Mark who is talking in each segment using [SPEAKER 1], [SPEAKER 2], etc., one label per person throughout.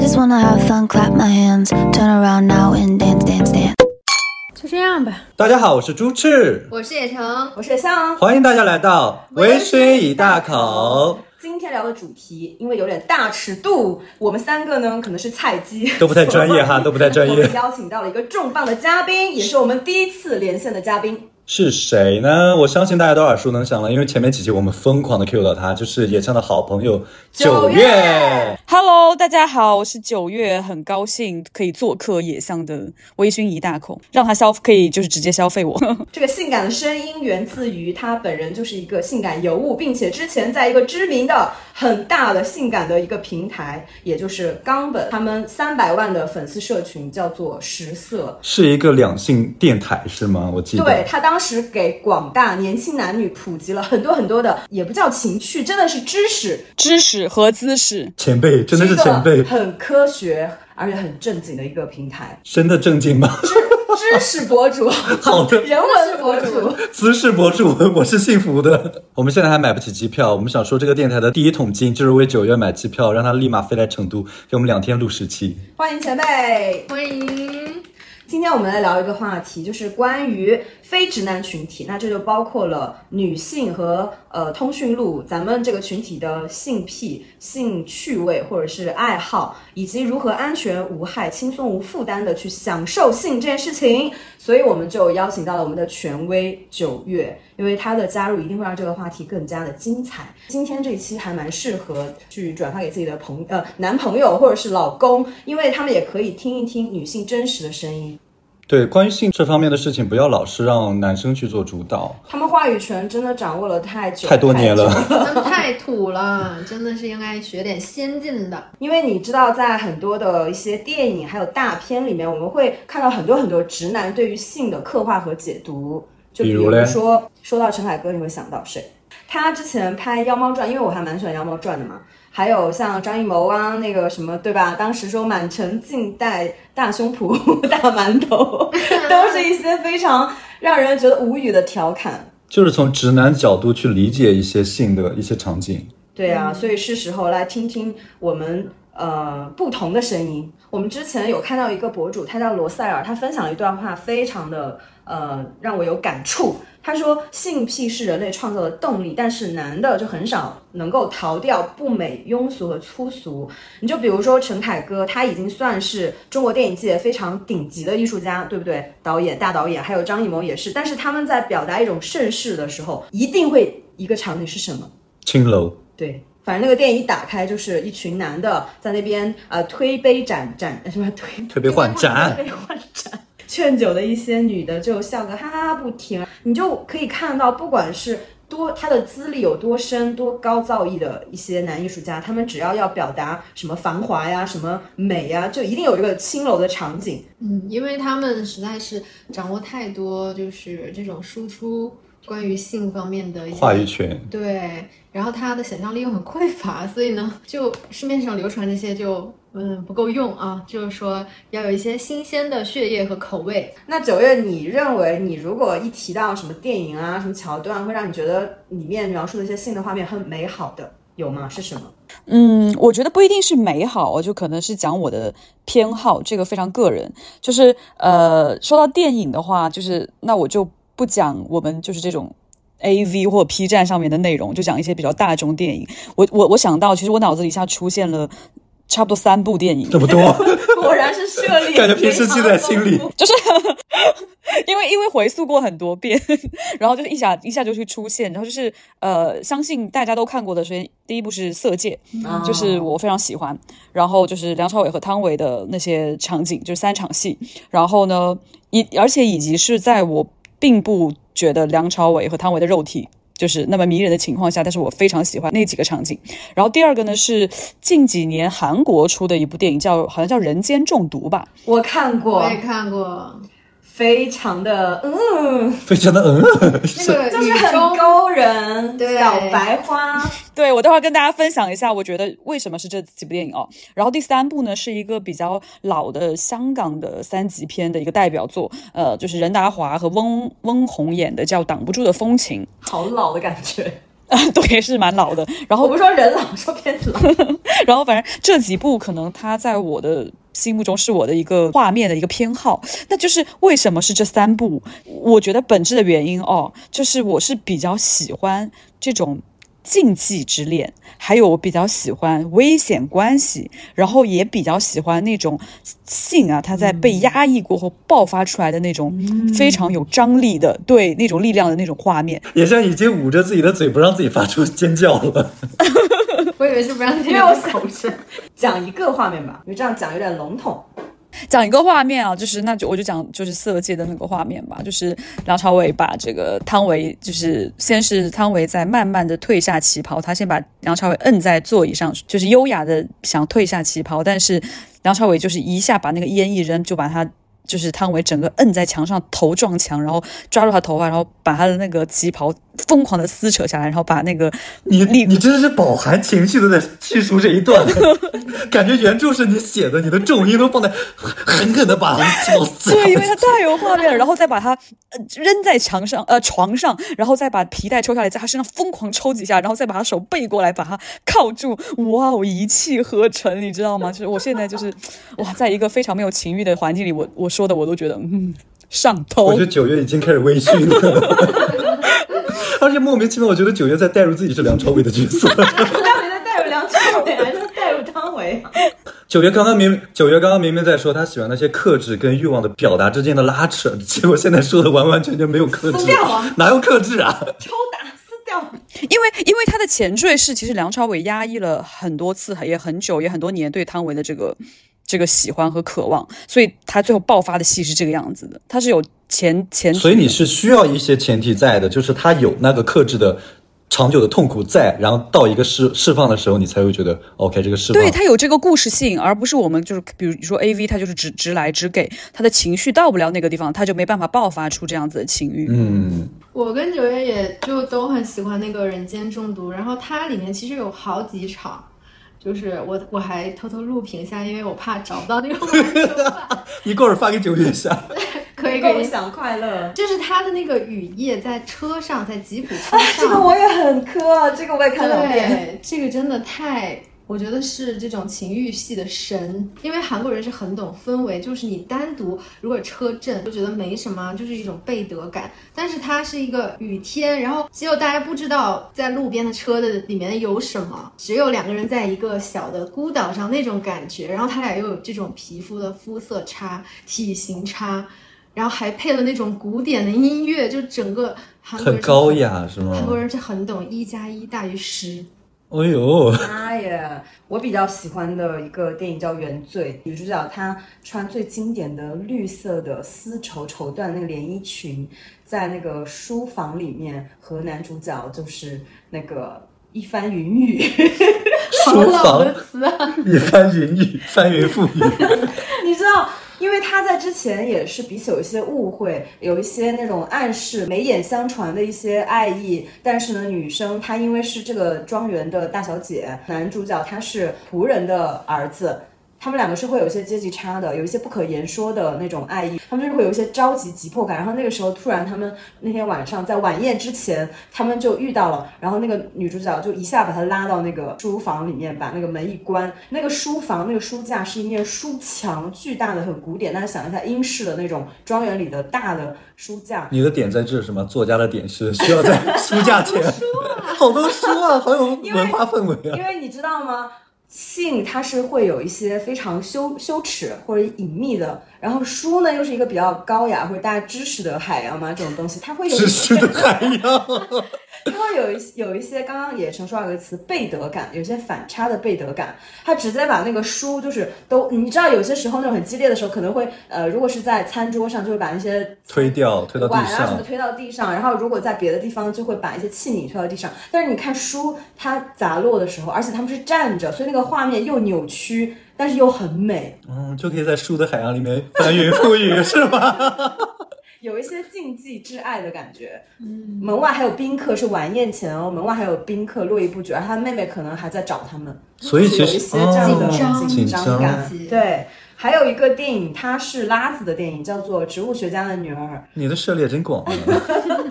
[SPEAKER 1] just wanna have fun, clap my hands, turn around now and dance, dance, dance.
[SPEAKER 2] 就这样吧。
[SPEAKER 3] 大家好，我是朱赤，
[SPEAKER 4] 我是叶城，
[SPEAKER 5] 我是向。
[SPEAKER 3] 欢迎大家来到微醺一大口，
[SPEAKER 5] 今天聊的主题，因为有点大尺度，我们三个呢可能是菜鸡，
[SPEAKER 3] 都不太专业 哈，都不太专
[SPEAKER 5] 我们
[SPEAKER 3] 业，
[SPEAKER 5] 邀请到了一个重磅的嘉宾，也是我们第一次连线的嘉宾。
[SPEAKER 3] 是谁呢？我相信大家都耳熟能详了，因为前面几期我们疯狂的 cue 到他，就是野唱的好朋友九
[SPEAKER 5] 九月
[SPEAKER 3] 月。
[SPEAKER 6] Hello，大家好，我是九月，很高兴可以做客野象的微醺一大口，让他消可以就是直接消费我。
[SPEAKER 5] 这个性感的声音源自于他本人就是一个性感尤物，并且之前在一个知名的很大的性感的一个平台，也就是冈本，他们三百万的粉丝社群叫做食色。
[SPEAKER 3] 是一个两性电台是吗？我记得
[SPEAKER 5] 对他当时给广大年轻男女普及了很多很多的，也不叫情趣，真的是知识，
[SPEAKER 6] 知识和姿势，
[SPEAKER 3] 前辈真的是
[SPEAKER 5] 一个
[SPEAKER 3] 前辈，，
[SPEAKER 5] 很科学而且很正经的一个平台
[SPEAKER 3] 真的正经吗？
[SPEAKER 5] 知识博 主，
[SPEAKER 3] 好的
[SPEAKER 5] 人文博主。
[SPEAKER 3] 姿势博主，我是幸福的。我们现在还买不起机票，我们想说这个电台的第一桶金就是为九月买机票，让他立马飞来成都，给我们两天录十期。
[SPEAKER 5] 欢迎前辈，
[SPEAKER 4] 欢迎。
[SPEAKER 5] 今天我们来聊一个话题，就是关于非直男群体，那这就包括了女性和呃通讯录，咱们这个群体的性癖、性趣味或者是爱好，以及如何安全无害、轻松无负担的去享受性这件事情。所以我们就邀请到了我们的权威九月，因为他的加入一定会让这个话题更加的精彩。今天这一期还蛮适合去转发给自己的朋呃男朋友或者是老公，因为他们也可以听一听女性真实的声音。
[SPEAKER 3] 对，关于性这方面的事情，不要老是让男生去做主导，
[SPEAKER 5] 他们话语权真的掌握了太久
[SPEAKER 3] 太多年了
[SPEAKER 5] 太久
[SPEAKER 4] 他们太土了，真的是应该学点先进的。
[SPEAKER 5] 因为你知道，在很多的一些电影还有大片里面，我们会看到很多很多直男对于性的刻画和解读。就
[SPEAKER 3] 比
[SPEAKER 5] 比
[SPEAKER 3] 如
[SPEAKER 5] 如
[SPEAKER 3] 嘞
[SPEAKER 5] 说，说到陈凯歌，你会想到谁？他之前拍《妖猫传》，因为我还蛮喜欢《妖猫传》的嘛。还有像张艺谋啊，那个什么，对吧？当时说满城尽带大胸脯、 大馒头， 都是一些非常让人觉得无语的调侃。
[SPEAKER 3] 就是从直男角度去理解一些性的一些场景。
[SPEAKER 5] 对啊，所以是时候来听听我们呃不同的声音。我们之前有看到一个博主，他叫罗塞尔，他分享了一段话，非常的呃让我有感触。他说，性癖是人类创造的动力，但是男的就很少能够逃掉不美、庸俗和粗俗。你就比如说陈凯歌，他已经算是中国电影界非常顶级的艺术家，对不对？导演、大导演，还有张艺谋也是。但是他们在表达一种盛世的时候，一定会一个场景是什么？
[SPEAKER 3] 青楼，
[SPEAKER 5] 对，反正那个电影一打开，就是一群男的在那边呃推杯盏盏呃什么推
[SPEAKER 3] 推杯换盏，
[SPEAKER 5] 推杯换盏。劝酒的一些女的就笑个哈哈不停，你就可以看到，不管是多他的资历有多深、多高造诣的一些男艺术家，他们只要要表达什么繁华呀、什么美呀，就一定有这个青楼的场景。
[SPEAKER 4] 嗯，因为他们实在是掌握太多，就是这种输出关于性方面的一些
[SPEAKER 3] 话语权。
[SPEAKER 4] 对，然后他的想象力又很匮乏，所以呢，就市面上流传这些就嗯不够用啊，就是说要有一些新鲜的血液和口味。
[SPEAKER 5] 那九月，你认为你如果一提到什么电影啊、什么桥段，会让你觉得里面描述的一些性的画面很美好的，有吗？是什么？
[SPEAKER 6] 嗯，我觉得不一定是美好，就可能是讲我的偏好，这个非常个人。就是呃，说到电影的话，就是那我就不讲我们就是这种 A V 或 P 站上面的内容，就讲一些比较大众电影。我我我想到，其实我脑子里一下出现了差不多三部电影，
[SPEAKER 3] 这么多，
[SPEAKER 5] 果然是涉 猎，
[SPEAKER 3] 感觉平时记在心里。
[SPEAKER 6] 就是 因为因为回溯过很多遍， 然后就是一下一下就去出现，然后就是呃，相信大家都看过的，首先第一部是《色戒》，
[SPEAKER 5] 啊
[SPEAKER 6] 就是我非常喜欢，然后就是梁朝伟和汤唯的那些场景，就是三场戏，然后呢，以而且以及是在我并不觉得梁朝伟和汤唯的肉体。就是那么迷人的情况下，但是我非常喜欢那几个场景。然后第二个呢是近几年韩国出的一部电影叫，好像叫《人间中毒》吧，
[SPEAKER 5] 我看过
[SPEAKER 4] 我，也看过
[SPEAKER 5] 非常的嗯，
[SPEAKER 3] 非常的嗯，
[SPEAKER 4] 那个
[SPEAKER 5] 就是
[SPEAKER 4] 宇
[SPEAKER 5] 很
[SPEAKER 4] 宙
[SPEAKER 5] 勾人，
[SPEAKER 4] 对
[SPEAKER 5] 小白花，
[SPEAKER 6] 对我待会儿跟大家分享一下，我觉得为什么是这几部电影哦。然后第三部呢是一个比较老的香港的三级片的一个代表作，呃，就是任达华和翁翁虹演的叫《挡不住的风情》。
[SPEAKER 5] 好老的感觉。
[SPEAKER 6] 对，是蛮老的。然
[SPEAKER 5] 我
[SPEAKER 6] 后
[SPEAKER 5] 不说人老，说片 子老。
[SPEAKER 6] 然后反正这几部可能它在我的心目中是我的一个画面的一个偏好，那就是为什么是这三部？我觉得本质的原因哦，就是我是比较喜欢这种。禁忌之恋，还有我比较喜欢危险关系，然后也比较喜欢那种性啊，它在被压抑过后爆发出来的那种非常有张力的，对那种力量的那种画面。
[SPEAKER 3] 也像已经捂着自己的嘴，不让自己发出尖叫了。
[SPEAKER 4] 我以为是不让自己
[SPEAKER 5] 因为我
[SPEAKER 4] 流口水。
[SPEAKER 5] 讲一个画面吧，因为这样讲有点笼 统。
[SPEAKER 6] 讲一个画面啊，就是那就我就讲就是《色戒》的那个画面吧，就是梁朝伟把这个汤唯，就是先是汤唯在慢慢的褪下旗袍，他先把梁朝伟摁在座椅上，就是优雅的想褪下旗袍，但是梁朝伟就是一下把那个烟一扔，就把他。就是汤唯整个摁在墙上，头撞墙，然后抓住他头发，然后把他的那个旗袍疯狂的撕扯下来，然后把那个
[SPEAKER 3] 你
[SPEAKER 6] 立
[SPEAKER 3] 你真的是饱含情绪的在叙述这一段，感觉原著是你写的，你的重音都放在狠狠的把绞死。
[SPEAKER 6] 对，因为它太有画面了，然后再把它呃扔在墙上，呃床上，然后再把皮带抽下来，在他身上疯狂抽几下，然后再把他手背过来，把他铐住。哇，我一气呵成，你知道吗？ 就是我现在就是哇，在一个非常没有情欲的环境里，我我说的我都觉得嗯上
[SPEAKER 3] 我
[SPEAKER 6] 头
[SPEAKER 3] 觉得。九月已经开始微醺了。 而且莫名其妙，我觉得九月在带入自己是梁朝伟的角 色。
[SPEAKER 5] 你到底在带入梁朝伟还是带入汤唯？啊
[SPEAKER 3] 九月刚刚明，九月刚刚明明在说他喜欢那些克制跟欲望的表达之间的拉扯，结果现在说的完完全全没有克制
[SPEAKER 5] 疯掉啊，
[SPEAKER 3] 哪有克制啊？
[SPEAKER 5] 抽打撕掉，
[SPEAKER 6] 因为因为他的前缀是，其实梁朝伟压抑了很多次，也很久，也很多年对汤唯的这个这个喜欢和渴望，所以他最后爆发的戏是这个样子的，他是有前前缀的。
[SPEAKER 3] 所以你是需要一些前提在的，就是他有那个克制的长久的痛苦在，然后到一个释释放的时候，你才会觉得 OK 这个释放
[SPEAKER 6] 对，它有这个故事性，而不是我们就是比如说 A V，它就是直直来直给，他的情绪到不了那个地方，他就没办法爆发出这样子的情欲。
[SPEAKER 3] 嗯，
[SPEAKER 4] 我跟九月也就都很喜欢那个《人间中毒》，然后它里面其实有好几场，就是我我还偷偷录屏一下，因为我怕找不到那个完整版。
[SPEAKER 3] 一会儿发给九月一下。
[SPEAKER 4] 可以可
[SPEAKER 5] 共
[SPEAKER 4] 以，
[SPEAKER 5] 享快乐。
[SPEAKER 4] 就是他的那个雨夜在车上，在吉普车上，
[SPEAKER 5] 这个我也很磕，啊这个我也看两遍。
[SPEAKER 4] 对，这个真的太，我觉得是这种情欲戏的神，因为韩国人是很懂氛围，就是你单独如果车震就觉得没什么，就是一种背德感，但是它是一个雨天，然后只有大家不知道在路边的车的里面有什么，只有两个人在一个小的孤岛上那种感觉，然后他俩又有这种皮肤的肤色差、体型差。然后还配了那种古典的音乐，就整个韩国人
[SPEAKER 3] 很
[SPEAKER 4] 是
[SPEAKER 3] 高雅是吗
[SPEAKER 4] 韩国人是很懂一加一大于十，
[SPEAKER 3] 哎 呦，
[SPEAKER 5] 妈耶！我比较喜欢的一个电影叫《原罪》，女主角她穿最经典的绿色的丝绸绸缎那个连衣裙，在那个书房里面和男主角就是那个一番云雨，
[SPEAKER 4] 好
[SPEAKER 3] 书
[SPEAKER 4] 老
[SPEAKER 3] 房
[SPEAKER 4] 的词啊！
[SPEAKER 3] 一翻云雨，翻云覆雨。
[SPEAKER 5] 你知道，因为他在之前也是彼此有一些误会，有一些那种暗示、眉眼相传的一些爱意。但是呢，女生她因为是这个庄园的大小姐，男主角他是仆人的儿子。他们两个是会有一些阶级差的，有一些不可言说的那种爱意，他们就是会有一些着急急迫感。然后那个时候突然，他们那天晚上在晚宴之前，他们就遇到了，然后那个女主角就一下把他拉到那个书房里面，把那个门一关。那个书房那个书架是一面书墙，巨大的很古典，大家想一下英式的那种庄园里的大的书架，
[SPEAKER 3] 你的点在这是吗？作家的点是需要 在书架前，好多书啊， 好有文化氛围啊
[SPEAKER 5] 因。为你知道吗？性它是会有一些非常羞羞耻或者隐秘的，然后书呢又是一个比较高雅或者大家知识的海洋嘛，这种东西它会有一
[SPEAKER 3] 知识的海洋，
[SPEAKER 5] 它会有一些有一些，刚刚也陈说到一个词背德感，有些反差的背德感。他直接把那个书就是都，你知道有些时候那种很激烈的时候，可能会呃，如果是在餐桌上，就会把那些
[SPEAKER 3] 推掉，推到地
[SPEAKER 5] 碗啊什么
[SPEAKER 3] 上。
[SPEAKER 5] 推到地上，然后如果在别的地方就会把一些器皿推到地上。但是你看书，它砸落的时候，而且他们是站着，所以那个画面又扭曲，但是又很美。
[SPEAKER 3] 嗯，就可以在书的海洋里面翻云覆雨，是吗？
[SPEAKER 5] 有一些禁忌之爱的感觉。嗯，门外还有宾客，是晚宴前哦，门外还有宾客络绎不绝，而他妹妹可能还在找他们，
[SPEAKER 3] 所以
[SPEAKER 5] 有
[SPEAKER 3] 其
[SPEAKER 5] 一
[SPEAKER 3] 实
[SPEAKER 5] 些这样的
[SPEAKER 3] 哦
[SPEAKER 5] 紧张感
[SPEAKER 4] 紧张。
[SPEAKER 5] 对，还有一个电影，它是拉子的电影，叫做《植物学家的女儿》。
[SPEAKER 3] 你的涉猎真广啊。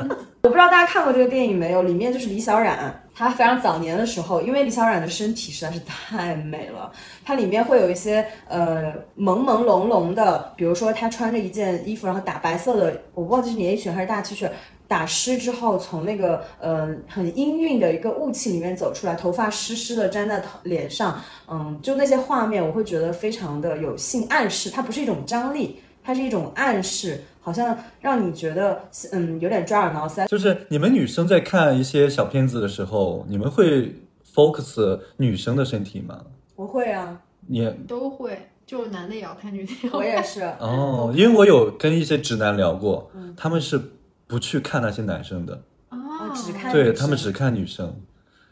[SPEAKER 5] 我不知道大家看过这个电影没有，里面就是李小冉，她非常早年的时候，因为李小冉的身体实在是太美了，它里面会有一些呃朦朦胧胧的，比如说她穿着一件衣服，然后打白色的，我忘记是连衣裙还是大 T 恤。打湿之后，从那个呃很氤氲的一个雾气里面走出来，头发湿湿的粘在头脸上，嗯，就那些画面，我会觉得非常的有性暗示，它不是一种张力，它是一种暗示，好像让你觉得嗯有点抓耳挠腮。
[SPEAKER 3] 就是你们女生在看一些小片子的时候，你们会 focus 女生的身体吗？
[SPEAKER 5] 我会啊，
[SPEAKER 3] 你
[SPEAKER 4] 都会，就男的也要看，女的也要
[SPEAKER 5] 我
[SPEAKER 4] 看。
[SPEAKER 5] 也是，
[SPEAKER 3] 哦，因为我有跟一些直男聊过，他们是不去看那些男生的，
[SPEAKER 5] 哦
[SPEAKER 4] 啊，
[SPEAKER 5] 只看
[SPEAKER 3] 对
[SPEAKER 5] 女
[SPEAKER 3] 他们
[SPEAKER 5] 生
[SPEAKER 3] 只看女生，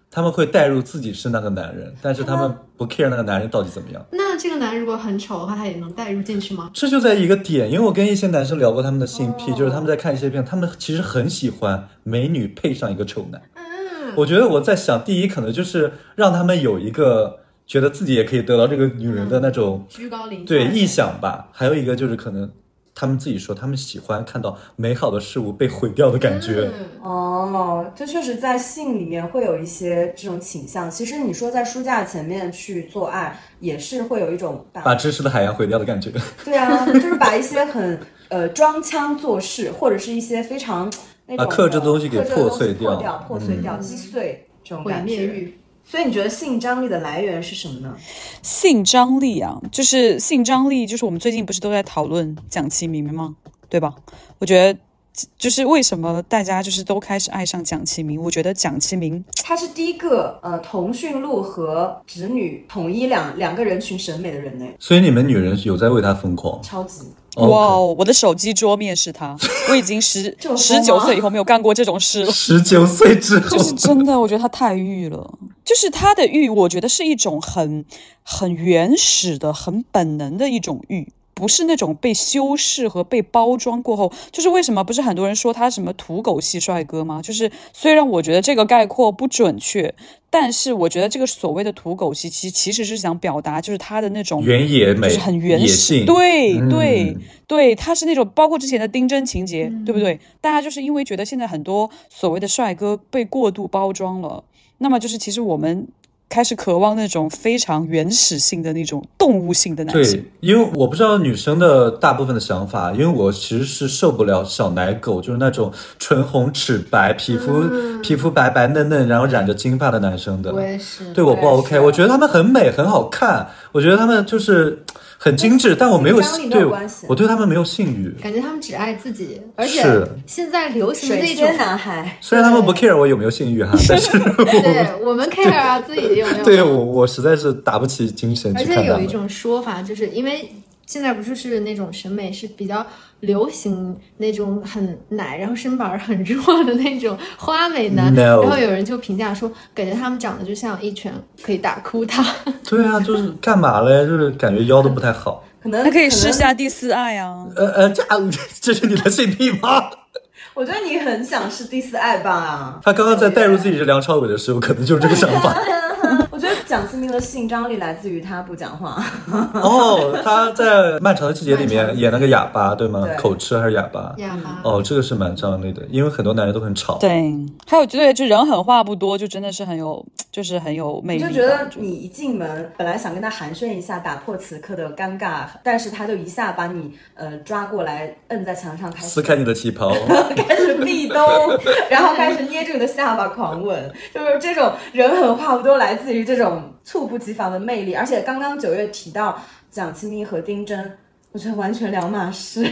[SPEAKER 3] 他们会带入自己是那个男人，但是他
[SPEAKER 5] 嗯
[SPEAKER 3] 们不 care 那个男人到底怎么样。
[SPEAKER 4] 那这个男人如果很丑的话，他也能带入进去吗？
[SPEAKER 3] 这就在一个点，因为我跟一些男生聊过他们的性癖，
[SPEAKER 5] 哦
[SPEAKER 3] 就是他们在看一些片，他们其实很喜欢美女配上一个丑男。
[SPEAKER 4] 嗯，
[SPEAKER 3] 我觉得我在想，第一可能就是让他们有一个觉得自己也可以得到这个女人的那种、
[SPEAKER 4] 居高临下。
[SPEAKER 3] 对臆想吧，还有一个就是可能他们自己说他们喜欢看到美好的事物被毁掉的感觉。
[SPEAKER 4] 嗯
[SPEAKER 5] 哦，这确实在性里面会有一些这种倾向。其实你说在书架前面去做爱，也是会有一种把
[SPEAKER 3] 把知识的海洋毁掉的感觉，
[SPEAKER 5] 对啊，就是把一些很呃装腔作势，或者是一些非常那
[SPEAKER 3] 把
[SPEAKER 5] 种
[SPEAKER 3] 克制的东西给
[SPEAKER 5] 克制的东
[SPEAKER 3] 破碎
[SPEAKER 5] 破
[SPEAKER 3] 掉
[SPEAKER 5] 掉、破碎
[SPEAKER 3] 嗯
[SPEAKER 5] 掉、击碎这种
[SPEAKER 4] 毁
[SPEAKER 5] 感
[SPEAKER 4] 灭
[SPEAKER 5] 觉。
[SPEAKER 4] 欲。
[SPEAKER 5] 所以你觉得性张力的来源是什么呢？
[SPEAKER 6] 性张力啊，就是性张力，就是我们最近不是都在讨论蒋奇明吗？对吧？我觉得就是为什么大家就是都开始爱上蒋奇明，我觉得蒋奇明
[SPEAKER 5] 他是第一个呃，同讯录和直女统一两两个人群审美的人呢，
[SPEAKER 3] 所以你们女人有在为他疯狂。
[SPEAKER 5] 超级。
[SPEAKER 3] 哦
[SPEAKER 6] 哇哦，我的手机桌面是他，我已经十
[SPEAKER 5] 这种
[SPEAKER 6] 十
[SPEAKER 5] 疯
[SPEAKER 6] 九
[SPEAKER 5] 吗
[SPEAKER 6] 岁以后没有干过这种事了。
[SPEAKER 3] 十九岁之后，
[SPEAKER 6] 就是真的，我觉得他太欲了。就是他的欲，我觉得是一种很很原始的、很本能的一种欲，不是那种被修饰和被包装过后。就是为什么不是很多人说他什么土狗系帅哥吗？就是虽然我觉得这个概括不准确，但是我觉得这个所谓的土狗系，其其实是想表达就是他的那种
[SPEAKER 3] 原野
[SPEAKER 6] 就
[SPEAKER 3] 美，
[SPEAKER 6] 是很原
[SPEAKER 3] 野
[SPEAKER 6] 始，
[SPEAKER 3] 性，
[SPEAKER 6] 对
[SPEAKER 3] 嗯
[SPEAKER 6] 对对，他是那种包括之前的丁真情节，
[SPEAKER 5] 嗯
[SPEAKER 6] 对不对？大家就是因为觉得现在很多所谓的帅哥被过度包装了，那么就是其实我们开始渴望那种非常原始性的那种动物性的男性。
[SPEAKER 3] 对，因为我不知道女生的大部分的想法，因为我其实是受不了小奶狗，就是那种唇红齿白、皮肤、
[SPEAKER 6] 嗯
[SPEAKER 3] 皮肤白白嫩嫩，然后染着金发的男生的
[SPEAKER 4] 我。也是。
[SPEAKER 3] 对我不
[SPEAKER 5] 我也
[SPEAKER 3] OK，
[SPEAKER 5] 是
[SPEAKER 3] 我觉得他们很美，很好看，我觉得他们就是很精致，但我没有
[SPEAKER 5] 张力没有
[SPEAKER 3] 对
[SPEAKER 5] 关系
[SPEAKER 3] 我对他们没有性欲。
[SPEAKER 4] 感觉他们只爱自己，而且
[SPEAKER 3] 是
[SPEAKER 4] 现在流行的
[SPEAKER 5] 水
[SPEAKER 4] 那种
[SPEAKER 5] 仙，男孩，
[SPEAKER 3] 虽然他们不 care 我有没有性欲哈，但是
[SPEAKER 4] 对我们 care 啊自己有没有？
[SPEAKER 3] 对我我实在是打不起精神
[SPEAKER 4] 而
[SPEAKER 3] 去看
[SPEAKER 4] 且
[SPEAKER 3] 他
[SPEAKER 4] 有一
[SPEAKER 3] 们。
[SPEAKER 4] 种说法，就是因为现在不就是那种审美是比较流行那种很奶，然后身板儿很弱的那种花美男
[SPEAKER 3] No
[SPEAKER 4] 然后有人就评价说，感觉他们长得就像一拳可以打哭他。
[SPEAKER 3] 对啊，就是干嘛嘞？就是感觉腰都不太好。
[SPEAKER 5] 可能
[SPEAKER 6] 他可以
[SPEAKER 5] 能
[SPEAKER 6] 试下第四爱啊，
[SPEAKER 3] 呃呃，这啊 这是你的性癖吗？
[SPEAKER 5] 我觉得你很想是第四爱吧？
[SPEAKER 3] 他刚刚在带入自己是梁朝伟的时候，可能就是这个想法。
[SPEAKER 5] 我觉得蒋思明的性张力来自于他不讲 话，
[SPEAKER 3] 哦，他在《漫长的季节》里面演了个哑巴，对吗？
[SPEAKER 5] 对
[SPEAKER 3] 口吃还是哑巴？
[SPEAKER 4] 呀妈，
[SPEAKER 3] 哦，这个是蛮张力的，因为很多男人都很吵。
[SPEAKER 6] 对，还有对，就人狠话不多，就真的是很有，就是很有魅
[SPEAKER 5] 你
[SPEAKER 6] 力吧。
[SPEAKER 5] 就觉得
[SPEAKER 6] 我
[SPEAKER 5] 你一进门，本来想跟他寒暄一下，打破此刻的尴尬，但是他就一下把你呃抓过来，摁在墙上，开
[SPEAKER 3] 撕
[SPEAKER 5] 始
[SPEAKER 3] 开你的旗袍，
[SPEAKER 5] 开始壁 咚，然后开始捏住你的下巴狂吻，就是这种人狠话不多，来自于这种猝不及防的魅力。而且刚刚九月提到蒋勤勤和丁真，我觉得完全两码事。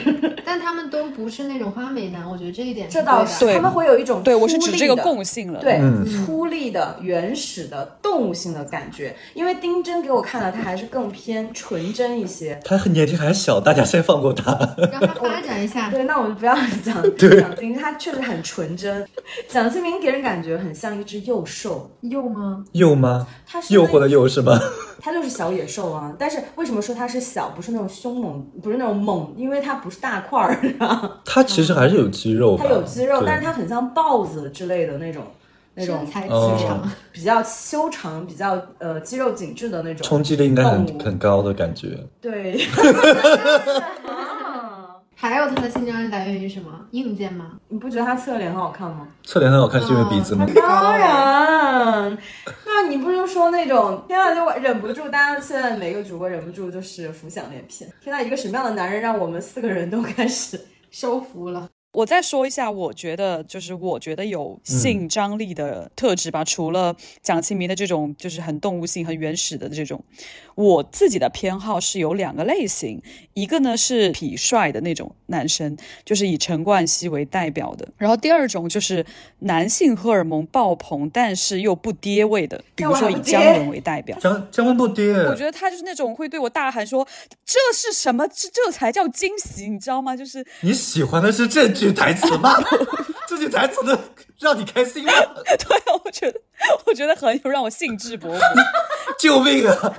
[SPEAKER 4] 但他们都不是那种花美男，我觉得这一点
[SPEAKER 5] 这倒
[SPEAKER 4] 对的
[SPEAKER 5] 是，
[SPEAKER 6] 对
[SPEAKER 5] 他们会有一种
[SPEAKER 6] 对我是
[SPEAKER 5] 粗
[SPEAKER 6] 指
[SPEAKER 5] 粝
[SPEAKER 6] 这个
[SPEAKER 5] 的
[SPEAKER 6] 共性了。
[SPEAKER 5] 对，
[SPEAKER 3] 嗯
[SPEAKER 5] 粗粝的、原始的、动物性的感觉。因为丁真给我看了，他还是更偏纯真一些。
[SPEAKER 3] 他年纪还小，大家先放过他。
[SPEAKER 4] 让他发展一下。
[SPEAKER 5] 对，那我们不要讲讲丁真，他确实很纯真。蒋勤勤给人感觉很像一只幼兽，
[SPEAKER 4] 幼吗？
[SPEAKER 3] 幼吗？嗯
[SPEAKER 5] 他是
[SPEAKER 3] 诱惑的
[SPEAKER 5] 幼，
[SPEAKER 3] 诱是吗？
[SPEAKER 5] 他就是小野兽啊。但是为什么说他是小，不是那种凶猛，不是那种猛，因为他不是大 块儿啊，
[SPEAKER 3] 他其实还是有肌肉吧，
[SPEAKER 5] 他有肌肉，
[SPEAKER 3] 对
[SPEAKER 5] 但是他很像豹子之类的那种。那种
[SPEAKER 4] 身材
[SPEAKER 3] 哦
[SPEAKER 4] 颀长，
[SPEAKER 5] 比较修长、比较呃肌肉紧致的那种
[SPEAKER 3] 冲击力应该很
[SPEAKER 5] 动物
[SPEAKER 3] 很高的感觉。
[SPEAKER 5] 对，
[SPEAKER 4] 还有他的性张力来源于什么？硬件吗？哦
[SPEAKER 5] 你不觉得他侧脸很好看吗？
[SPEAKER 3] 侧脸很好看是因为鼻子吗？
[SPEAKER 5] 当然，那你不是说那种天啊呐，就我忍不住，大家现在每个主播忍不住就是浮想联翩。天啊呐，一个什么样的男人让我们四个人都开始？
[SPEAKER 4] 收服了。
[SPEAKER 6] 我再说一下，我觉得就是我觉得有性张力的特质吧，除了蒋勤明的这种就是很动物性、很原始的这种，我自己的偏好是有两个类型，一个呢是痞帅的那种男生，就是以陈冠希为代表的，然后第二种就是男性荷尔蒙爆棚，但是又不跌位的，比如说以姜文为代表。
[SPEAKER 3] 姜姜文不跌，
[SPEAKER 6] 我觉得他就是那种会对我大喊说：“这是什么？这这才叫惊喜，你知道吗？”就是
[SPEAKER 3] 你喜欢的是这句台词吗？ 这句台词能让你开 心吗？
[SPEAKER 6] 对啊，我觉得我觉得很有让我兴致勃 勃，
[SPEAKER 3] 救命啊！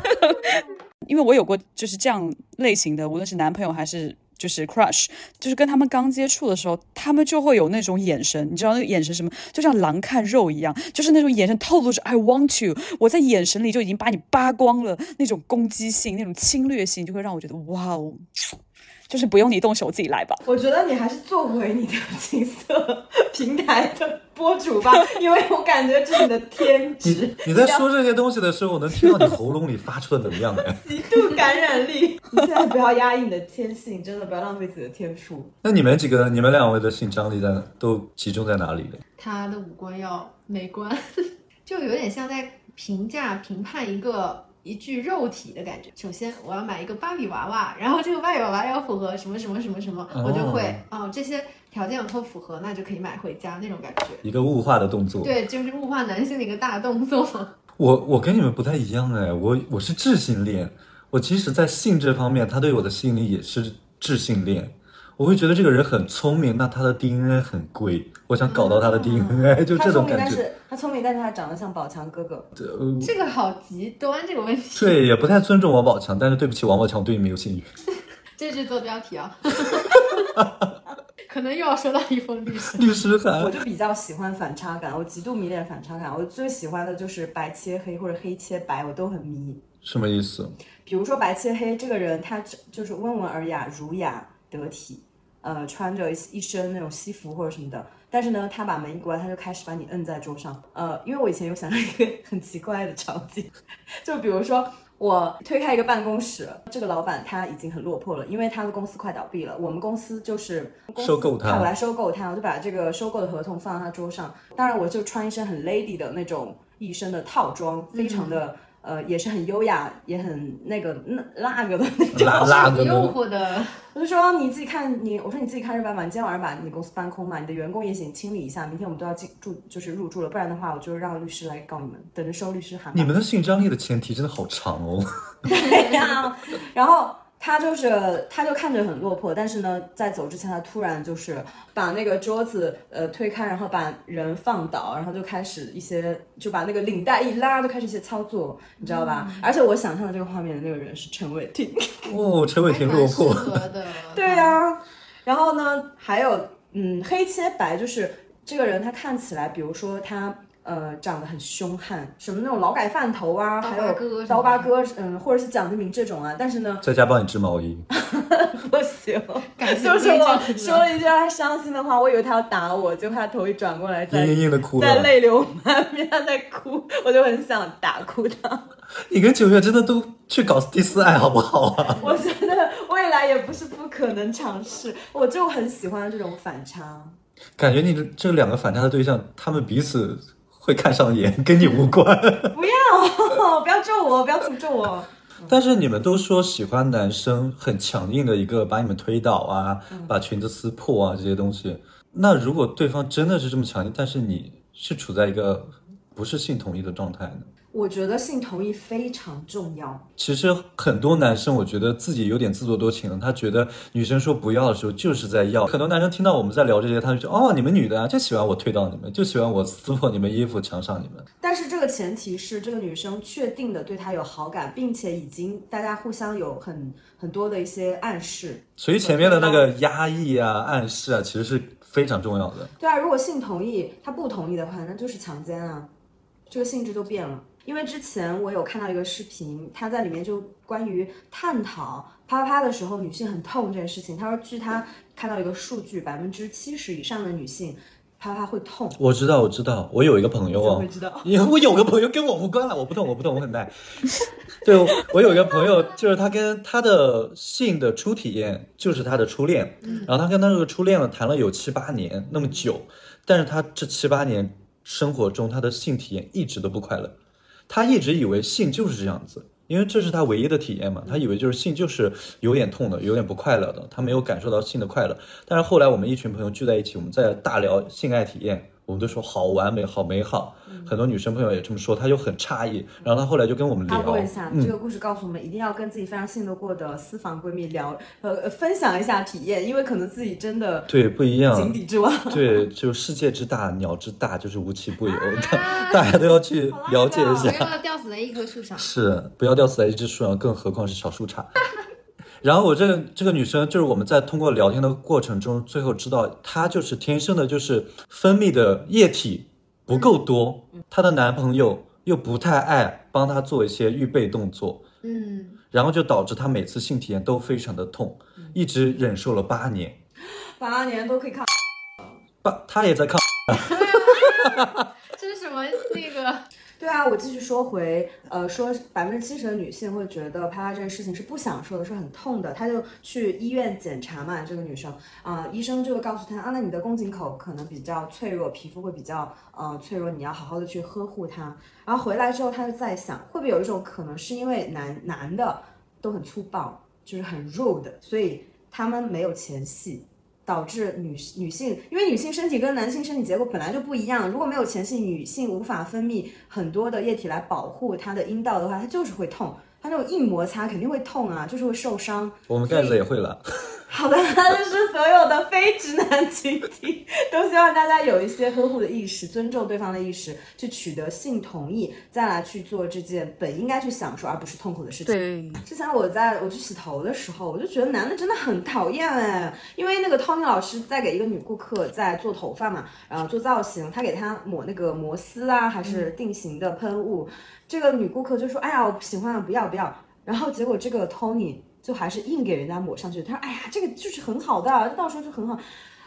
[SPEAKER 6] 因为我有过就是这样类型的，无论是男朋友还是就是 crush，就是跟他们刚接触的时候，他们就会有那种眼神，你知道那个眼神什么，就像狼看肉一样，就是那种眼神透露着 I want you，我在眼神里就已经把你扒光了那种攻击性、那种侵略性，就会让我觉得哇哦，就是不用你动手，自己来吧。
[SPEAKER 5] 我觉得你还是做回你的情色平台的播 主吧，因为我感觉这是你的天职
[SPEAKER 3] 你，你在说这些东西的时候，我能听到你喉咙里发出的能量哎。
[SPEAKER 5] 极度感 染力。你现在不要压抑你的天性，真的不要浪费自己的天赋。
[SPEAKER 3] 那你们几个，你们两位的性张力在都集中在哪里呢？
[SPEAKER 4] 他的五官要美观， 就有点像在评价评判一个一具肉体的感觉。首先，我要买一个芭比娃娃，然后这个芭比娃娃要符合什么什么什么什么，
[SPEAKER 3] 哦
[SPEAKER 4] 我就会哦这些条件我都符合，那就可以买回家那种感觉。
[SPEAKER 3] 一个物化的动作。
[SPEAKER 4] 对，就是物化男性的一个大动作。
[SPEAKER 3] 我我跟你们不太一样哎，我我是智性恋，我即使在性这方面，他对我的吸引力也是智性恋。我会觉得这个人很聪明，那他的 DNA 很贵，我想搞到他的 DNA，、就
[SPEAKER 5] 嗯他
[SPEAKER 3] 这
[SPEAKER 5] 聪
[SPEAKER 3] 种
[SPEAKER 5] 明，
[SPEAKER 3] 感
[SPEAKER 5] 但
[SPEAKER 3] 觉。
[SPEAKER 5] 是他聪明，但是他长得像宝强哥哥。
[SPEAKER 3] 呃
[SPEAKER 4] 这个好极端，这个问题，
[SPEAKER 3] 对，也不太尊重王宝强，但是对不起，王宝强，我对你没有兴趣。
[SPEAKER 4] 这是做标题啊。 可能又要说到一封律师，
[SPEAKER 3] 律师
[SPEAKER 5] 我
[SPEAKER 3] 函，
[SPEAKER 5] 就比较喜欢反差感，我极度迷恋反差感。我最喜欢的就是白切黑或者黑切白，我都很迷。
[SPEAKER 3] 什么意思？
[SPEAKER 5] 比如说白切黑这个人，他只就是温文尔雅、儒雅、得体，呃，穿着一一身那种西服或者什么的。但是呢，他把门一关，他就开始把你摁在桌上。呃，因为我以前有想到一个很奇怪的场景， 就比如说我推开一个办公室，这个老板他已经很落魄了，因为他的公司快倒闭了，我们公司就是公司
[SPEAKER 3] 收购他
[SPEAKER 5] 派我来收购他，我就把这个收购的合同放在他桌上。当然，我就穿一身很 lady 的那种一身的套装，非常的、呃，也是很优雅，也很那个那那个的那种。
[SPEAKER 3] 拉拉
[SPEAKER 4] 有
[SPEAKER 3] 个
[SPEAKER 4] 诱
[SPEAKER 3] 呢？
[SPEAKER 4] 惑的，
[SPEAKER 5] 我就说你自己看你，我说你自己看着办吧，你今天晚上把你公司搬空嘛，你的员工也请清理一下，明天我们都要进住就是入住了，不然的话我就让律师来告你们，等着收律师函吧。
[SPEAKER 3] 你们的性张力的前提真的好长 哦。
[SPEAKER 5] 对呀， 然后他就是，他就看着很落魄，但是呢，在走之前，他突然就是把那个桌子呃推开，然后把人放倒，然后就开始一些，就把那个领带一拉，就开始一些操作，你知道吧？
[SPEAKER 4] 嗯
[SPEAKER 5] 而且我想象的这个画面的那个人是陈伟 霆。
[SPEAKER 3] 哦，陈伟霆落魄
[SPEAKER 4] 还蛮适合的。
[SPEAKER 5] 对呀、
[SPEAKER 4] 啊
[SPEAKER 5] 然后呢，还有嗯，黑切白就是这个人，他看起来，比如说他。呃，长得很凶悍，什么那种劳改犯头啊，
[SPEAKER 4] 刀疤
[SPEAKER 5] 还有
[SPEAKER 4] 哥什么的
[SPEAKER 5] 刀疤哥，嗯，或者是蒋志明这种啊，但是呢，
[SPEAKER 3] 在家帮你织毛衣，
[SPEAKER 5] 不行，
[SPEAKER 4] 感谢
[SPEAKER 5] 就是
[SPEAKER 4] 对
[SPEAKER 5] 我
[SPEAKER 4] 这个
[SPEAKER 5] 说了一句他伤心的话，我以为他要打我，结果他头一转过来在
[SPEAKER 3] 硬硬硬的哭
[SPEAKER 5] 在
[SPEAKER 3] 了。
[SPEAKER 5] 泪流满面，他在哭，我就很想打哭他。
[SPEAKER 3] 你跟九月真的都去搞第四爱好不好啊？
[SPEAKER 5] 我觉得未来也不是不可能尝试，我就很喜欢这种反差。
[SPEAKER 3] 感觉你这这两个反差的对象，他们彼此会看上眼，跟你无关。
[SPEAKER 5] 不要，不要咒我，不要诅咒我。
[SPEAKER 3] 但是你们都说喜欢男生很强硬的一个，把你们推倒啊，把裙子撕破啊这些东西。那如果对方真的是这么强硬，但是你是处在一个不是性同意的状态呢？
[SPEAKER 5] 我觉得性同意非常重要，
[SPEAKER 3] 其实很多男生，我觉得自己有点自作多情了。他觉得女生说不要的时候，就是在要。很多男生听到我们在聊这些，他就说：“哦，你们女的啊，就喜欢我推倒你们，就喜欢我撕破你们衣服，强上你们。
[SPEAKER 5] 但是这个前提是这个女生确定的对他有好感，并且已经大家互相有很很多的一些暗示。”
[SPEAKER 3] 所以前面的那个压抑啊、暗示啊，其实是非常重要的。
[SPEAKER 5] 对啊，如果性同意，他不同意的话，那就是强奸啊，这个性质就变了。因为之前我有看到一个视频，他在里面就关于探讨啪啪啪的时候女性很痛这件事情。他说，据他看到一个数据，百分之七十以上的女性啪啪啪会痛。
[SPEAKER 3] 我知道，我知道，我有一个朋友
[SPEAKER 5] 怎么
[SPEAKER 3] 啊
[SPEAKER 5] 会，知道？
[SPEAKER 3] 因为我有个朋友跟我无关了，我不懂，我不懂，我很耐。 对，我有一个朋友，就是他跟他的性的初体验就是他的初恋，然后他跟他这个初恋呢谈了有七八年那么久，但是他这七八年生活中他的性体验一直都不快乐，他一直以为性就是这样子。因为这是他唯一的体验嘛，他以为就是性就是有点痛的，有点不快乐的，他没有感受到性的快乐。但是后来我们一群朋友聚在一起，我们在大聊性爱体验，我们都说好完美，好美好。
[SPEAKER 5] 嗯
[SPEAKER 3] 很多女生朋友也这么说，她就很诧异。然后她后来就跟我们聊
[SPEAKER 5] 插，播一下，这
[SPEAKER 3] 嗯，
[SPEAKER 5] 个故事告诉我们，一定要跟自己非常信得过的私房闺蜜聊，呃，分享一下体验，因为可能自己真的
[SPEAKER 3] 对，不一
[SPEAKER 5] 井
[SPEAKER 3] 样。
[SPEAKER 5] 底之蛙。
[SPEAKER 3] 对，就世界之大，鸟之大，就是无奇不有， 大大家都要去了解 一
[SPEAKER 4] 不
[SPEAKER 3] 下。
[SPEAKER 4] 要吊死在一棵树上。
[SPEAKER 3] 是，不要吊死在一只树上，更何况是小树杈。 然后我这个这个女生，就是我们在通过聊天的过程中，最后知道她就是天生的，就是分泌的液体不够多，她的男朋友又不太爱帮她做一些预备动作，
[SPEAKER 4] 嗯，
[SPEAKER 3] 然后就导致她每次性体验都非常的痛，一直忍受了八年。
[SPEAKER 5] 八年都可以看，
[SPEAKER 3] 八，她也在看，
[SPEAKER 4] 这是什么那个？
[SPEAKER 5] 对啊，我继续说回，呃，说百分之七十的女性会觉得啪啪这件事情是不享受的，是很痛的，她就去医院检查嘛。这个女生啊、医生就会告诉她啊，那你的宫颈口可能比较脆弱，皮肤会比较呃脆弱，你要好好的去呵护它。然后回来之后，她就在想，会不会有一种可能是因为男男的都很粗暴，就是很 rude，所以他们没有前戏。导致女女性，因为女性身体跟男性身体结构本来就不一样，如果没有前戏，女性无法分泌很多的液体来保护她的阴道的话，她就是会痛，她那种一摩擦肯定会痛啊，就是会受伤。
[SPEAKER 3] 我们盖子也会了。
[SPEAKER 5] 好的， 就是所有的非直男群体都希望大家有一些呵护的意识，尊重对方的意识，去取得性同意，再来去做这件本应该去享受而不是痛苦的事情。
[SPEAKER 6] 对，
[SPEAKER 5] 之前我在我去洗头的时候，我就觉得男的真的很讨厌哎，因为那个 Tony 老师在给一个女顾客在做头发嘛，然后做造型，他给她抹那个摩丝啊，还是定型的喷雾，这个女顾客就说：“哎呀，我不喜欢了，不要不要。”然后结果这个 Tony 就还是硬给人家抹上去，他说：“哎呀，这个就是很好的，到时候就很好。”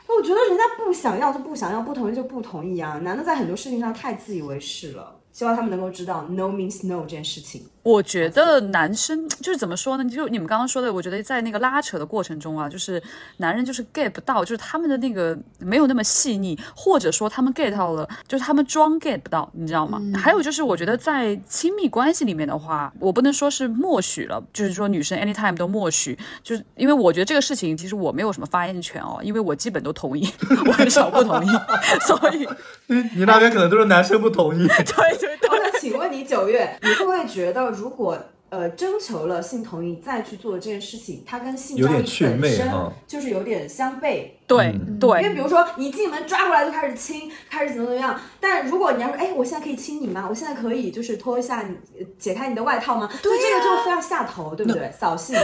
[SPEAKER 5] 那我觉得人家不想要就不想要，不同意就不同意啊，男的在很多事情上太自以为是了。希望他们能够知道 “no means no” 这件事情。
[SPEAKER 6] 我觉得男生就是怎么说呢？就你们刚刚说的，我觉得在那个拉扯的过程中啊，就是男人就是 get 不到，就是他们的那个没有那么细腻，或者说他们 get 到了，就是他们装 get 不到，你知道吗？还
[SPEAKER 5] 嗯
[SPEAKER 6] 有就是，我觉得在亲密关系里面的话，我不能说是默许了，就是说女生 anytime 都默许，就是因为我觉得这个事情其实我没有什么发言权哦，因为我基本都同意， 我很少不同意， 所以
[SPEAKER 3] 你那边可能都是男生不同意。
[SPEAKER 6] 对对对。
[SPEAKER 5] 哦那请问你九月， 你会不会觉得，如果呃征求了性同意再去做这件事情，它跟性
[SPEAKER 3] 有
[SPEAKER 5] 交
[SPEAKER 3] 点
[SPEAKER 5] 易
[SPEAKER 3] 趣
[SPEAKER 5] 本
[SPEAKER 3] 味
[SPEAKER 5] 身
[SPEAKER 3] 哈
[SPEAKER 5] 就是有点相悖？
[SPEAKER 6] 对对，
[SPEAKER 5] 嗯因为比如说你进门抓过来就开始亲，开始怎么怎么样，但如果你要说，哎，我现在可以亲你吗？我现在可以就是脱下你呃解开你的外套吗？对、这个就非常下头，对不对？扫兴。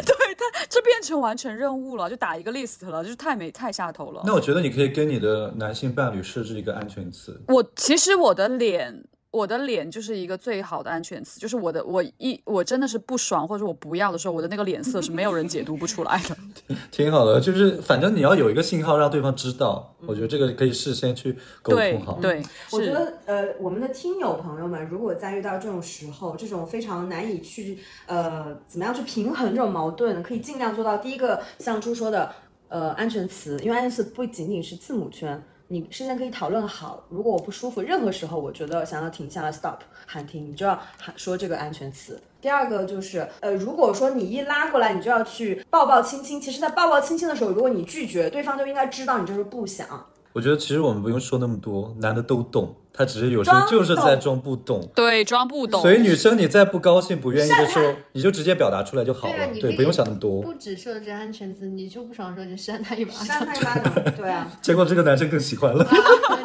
[SPEAKER 6] 这变成完成任务了，就打一个 list 了，就是太没太下头了。
[SPEAKER 3] 那我觉得你可以跟你的男性伴侣设置一个安全词，
[SPEAKER 6] 我其实我的脸，我的脸就是一个最好的安全词，就是我的我一我真的是不爽或者我不要的时候，我的那个脸色是没有人解读不出来的。
[SPEAKER 3] 挺好的，就是反正你要有一个信号让对方知道，
[SPEAKER 4] 嗯
[SPEAKER 3] 我觉得这个可以事先去沟
[SPEAKER 6] 对
[SPEAKER 3] 通好。，
[SPEAKER 6] 对，
[SPEAKER 5] 我觉
[SPEAKER 6] 是
[SPEAKER 5] 得呃，我们的听友朋友们，如果在遇到这种时候，这种非常难以去呃怎么样去平衡这种矛盾，可以尽量做到第一个，像朱说的，呃，安全词，因为安全词不仅仅是字母圈。你事先可以讨论好，如果我不舒服，任何时候我觉得想要停下来，stop 喊停，你就要喊说这个安全词。第二个就是，呃，如果说你一拉过来，你就要去抱抱亲亲，其实，在抱抱亲亲的时候，如果你拒绝，对方就应该知道你就是不想。
[SPEAKER 3] 我觉得其实我们不用说那么多，男的都懂，他只是有时候
[SPEAKER 5] 装
[SPEAKER 3] 就是在装不懂。
[SPEAKER 6] 对，装不懂。
[SPEAKER 3] 所以女生你再不高兴、不愿意的时候，你就直接表达出来就好
[SPEAKER 4] 啊对啊
[SPEAKER 3] 了，
[SPEAKER 4] 你可
[SPEAKER 3] 对，
[SPEAKER 4] 以
[SPEAKER 3] 不用想那么多
[SPEAKER 4] 不。只设置安全词，你就不爽的时候就扇他一巴
[SPEAKER 5] 扇
[SPEAKER 4] 掌，
[SPEAKER 5] 他一巴掌，对啊。
[SPEAKER 3] 结果这个男生更喜欢了。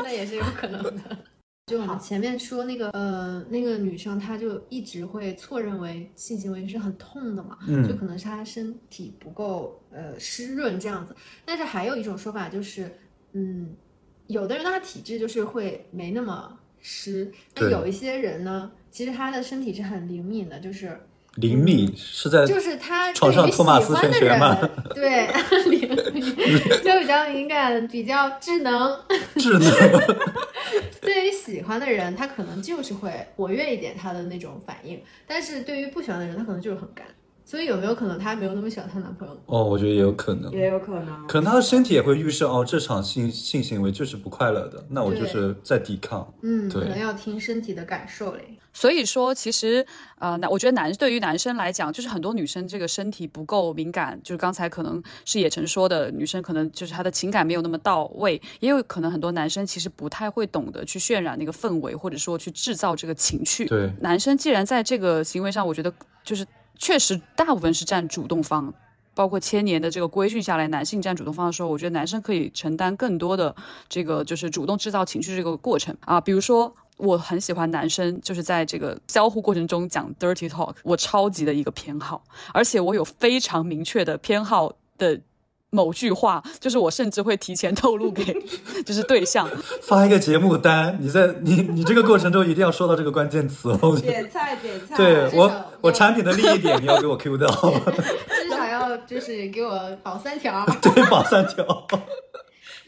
[SPEAKER 4] 那也是有可能的。就我们前面说那个呃那个女生，她就一直会错认为性行为是很痛的嘛，
[SPEAKER 3] 嗯
[SPEAKER 4] 就可能是她身体不够呃湿润这样子。但是还有一种说法就是，嗯，有的人他体质就是会没那么湿。那
[SPEAKER 3] 对
[SPEAKER 4] 有一些人呢，其实他的身体是很灵敏的，就是
[SPEAKER 3] 灵敏是在
[SPEAKER 4] 就是他
[SPEAKER 3] 呃床上
[SPEAKER 4] 对于
[SPEAKER 3] 托马斯
[SPEAKER 4] 喜欢的
[SPEAKER 3] 宣学吗
[SPEAKER 4] 人， 对，灵敏就比较敏感，比较智能。
[SPEAKER 3] 智能。
[SPEAKER 4] 对于喜欢的人，他可能就是会活跃一点他的那种反应，但是对于不喜欢的人，他可能就是很干。所以有没有可能她没有那么喜欢她男朋友？
[SPEAKER 3] 哦，我觉得也有可能，
[SPEAKER 5] 也有可能。
[SPEAKER 3] 可能他的身体也会预设哦，这场性性行为就是不快乐的，那我就是在抵抗。
[SPEAKER 4] 嗯，
[SPEAKER 3] 对
[SPEAKER 4] 可能要听身体的感受嘞。
[SPEAKER 6] 所以说，其实呃，那我觉得男对于男生来讲，就是很多女生这个身体不够敏感，就是刚才可能是野晨说的，女生可能就是她的情感没有那么到位，也有可能很多男生其实不太会懂得去渲染那个氛围，或者说去制造这个情绪。
[SPEAKER 3] 对，
[SPEAKER 6] 男生既然在这个行为上，我觉得就是确实大部分是占主动方，包括千年的这个规训下来，男性占主动方的时候，我觉得男生可以承担更多的这个就是主动制造情绪这个过程啊，比如说。我很喜欢男生，就是在这个交互过程中讲 dirty talk，我超级的一个偏好，而且我有非常明确的偏好的某句话，就是我甚至会提前透露给 就是对象，
[SPEAKER 3] 发一个节目单，你在你你这个过程中一定要说到这个关键词哦。我觉得
[SPEAKER 5] 点菜点菜，
[SPEAKER 3] 对
[SPEAKER 4] 至
[SPEAKER 3] 我
[SPEAKER 4] 少，
[SPEAKER 3] 我
[SPEAKER 4] 要
[SPEAKER 3] 产品的利益点你要给我 Q 到，
[SPEAKER 4] 至少要就是给我保三条。
[SPEAKER 3] 对，绑三 条。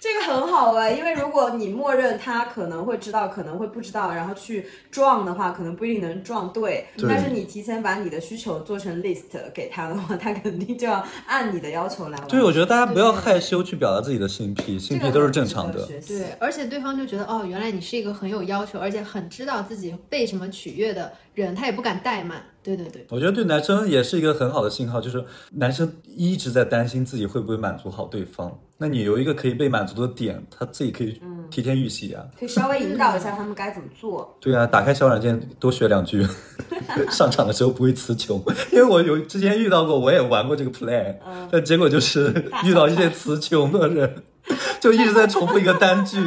[SPEAKER 5] 这个很好哎、因为如果你默认他可能会知道，可能会不知道，然后去撞的话，可能不一定能撞对。
[SPEAKER 3] 对
[SPEAKER 5] 但是你提前把你的需求做成 list 给他的话，他肯定就要按你的要求来完成。
[SPEAKER 3] 对，我觉得大家不要害羞去表达自己的性癖，性
[SPEAKER 5] 这
[SPEAKER 3] 癖
[SPEAKER 5] 个
[SPEAKER 3] 都是
[SPEAKER 5] 很
[SPEAKER 3] 正
[SPEAKER 5] 值
[SPEAKER 3] 常
[SPEAKER 5] 得
[SPEAKER 3] 的。
[SPEAKER 5] 学习
[SPEAKER 4] 对，而且对方就觉得哦，原来你是一个很有要求，而且很知道自己被什么取悦的人，他也不敢怠慢。对对对，
[SPEAKER 3] 我觉得对男生也是一个很好的信号，就是男生一直在担心自己会不会满足好对方。那你有一个可以被满足的点，他自己可以提前预习啊。
[SPEAKER 5] 可以稍微引导一下他们该怎么做。
[SPEAKER 3] 对啊，打开小软件多学两句，上场的时候不会词穷。因为我有之前遇到过，我也玩过这个 play，、但结果就是遇到一些词穷的人，就一直在重复一个单句，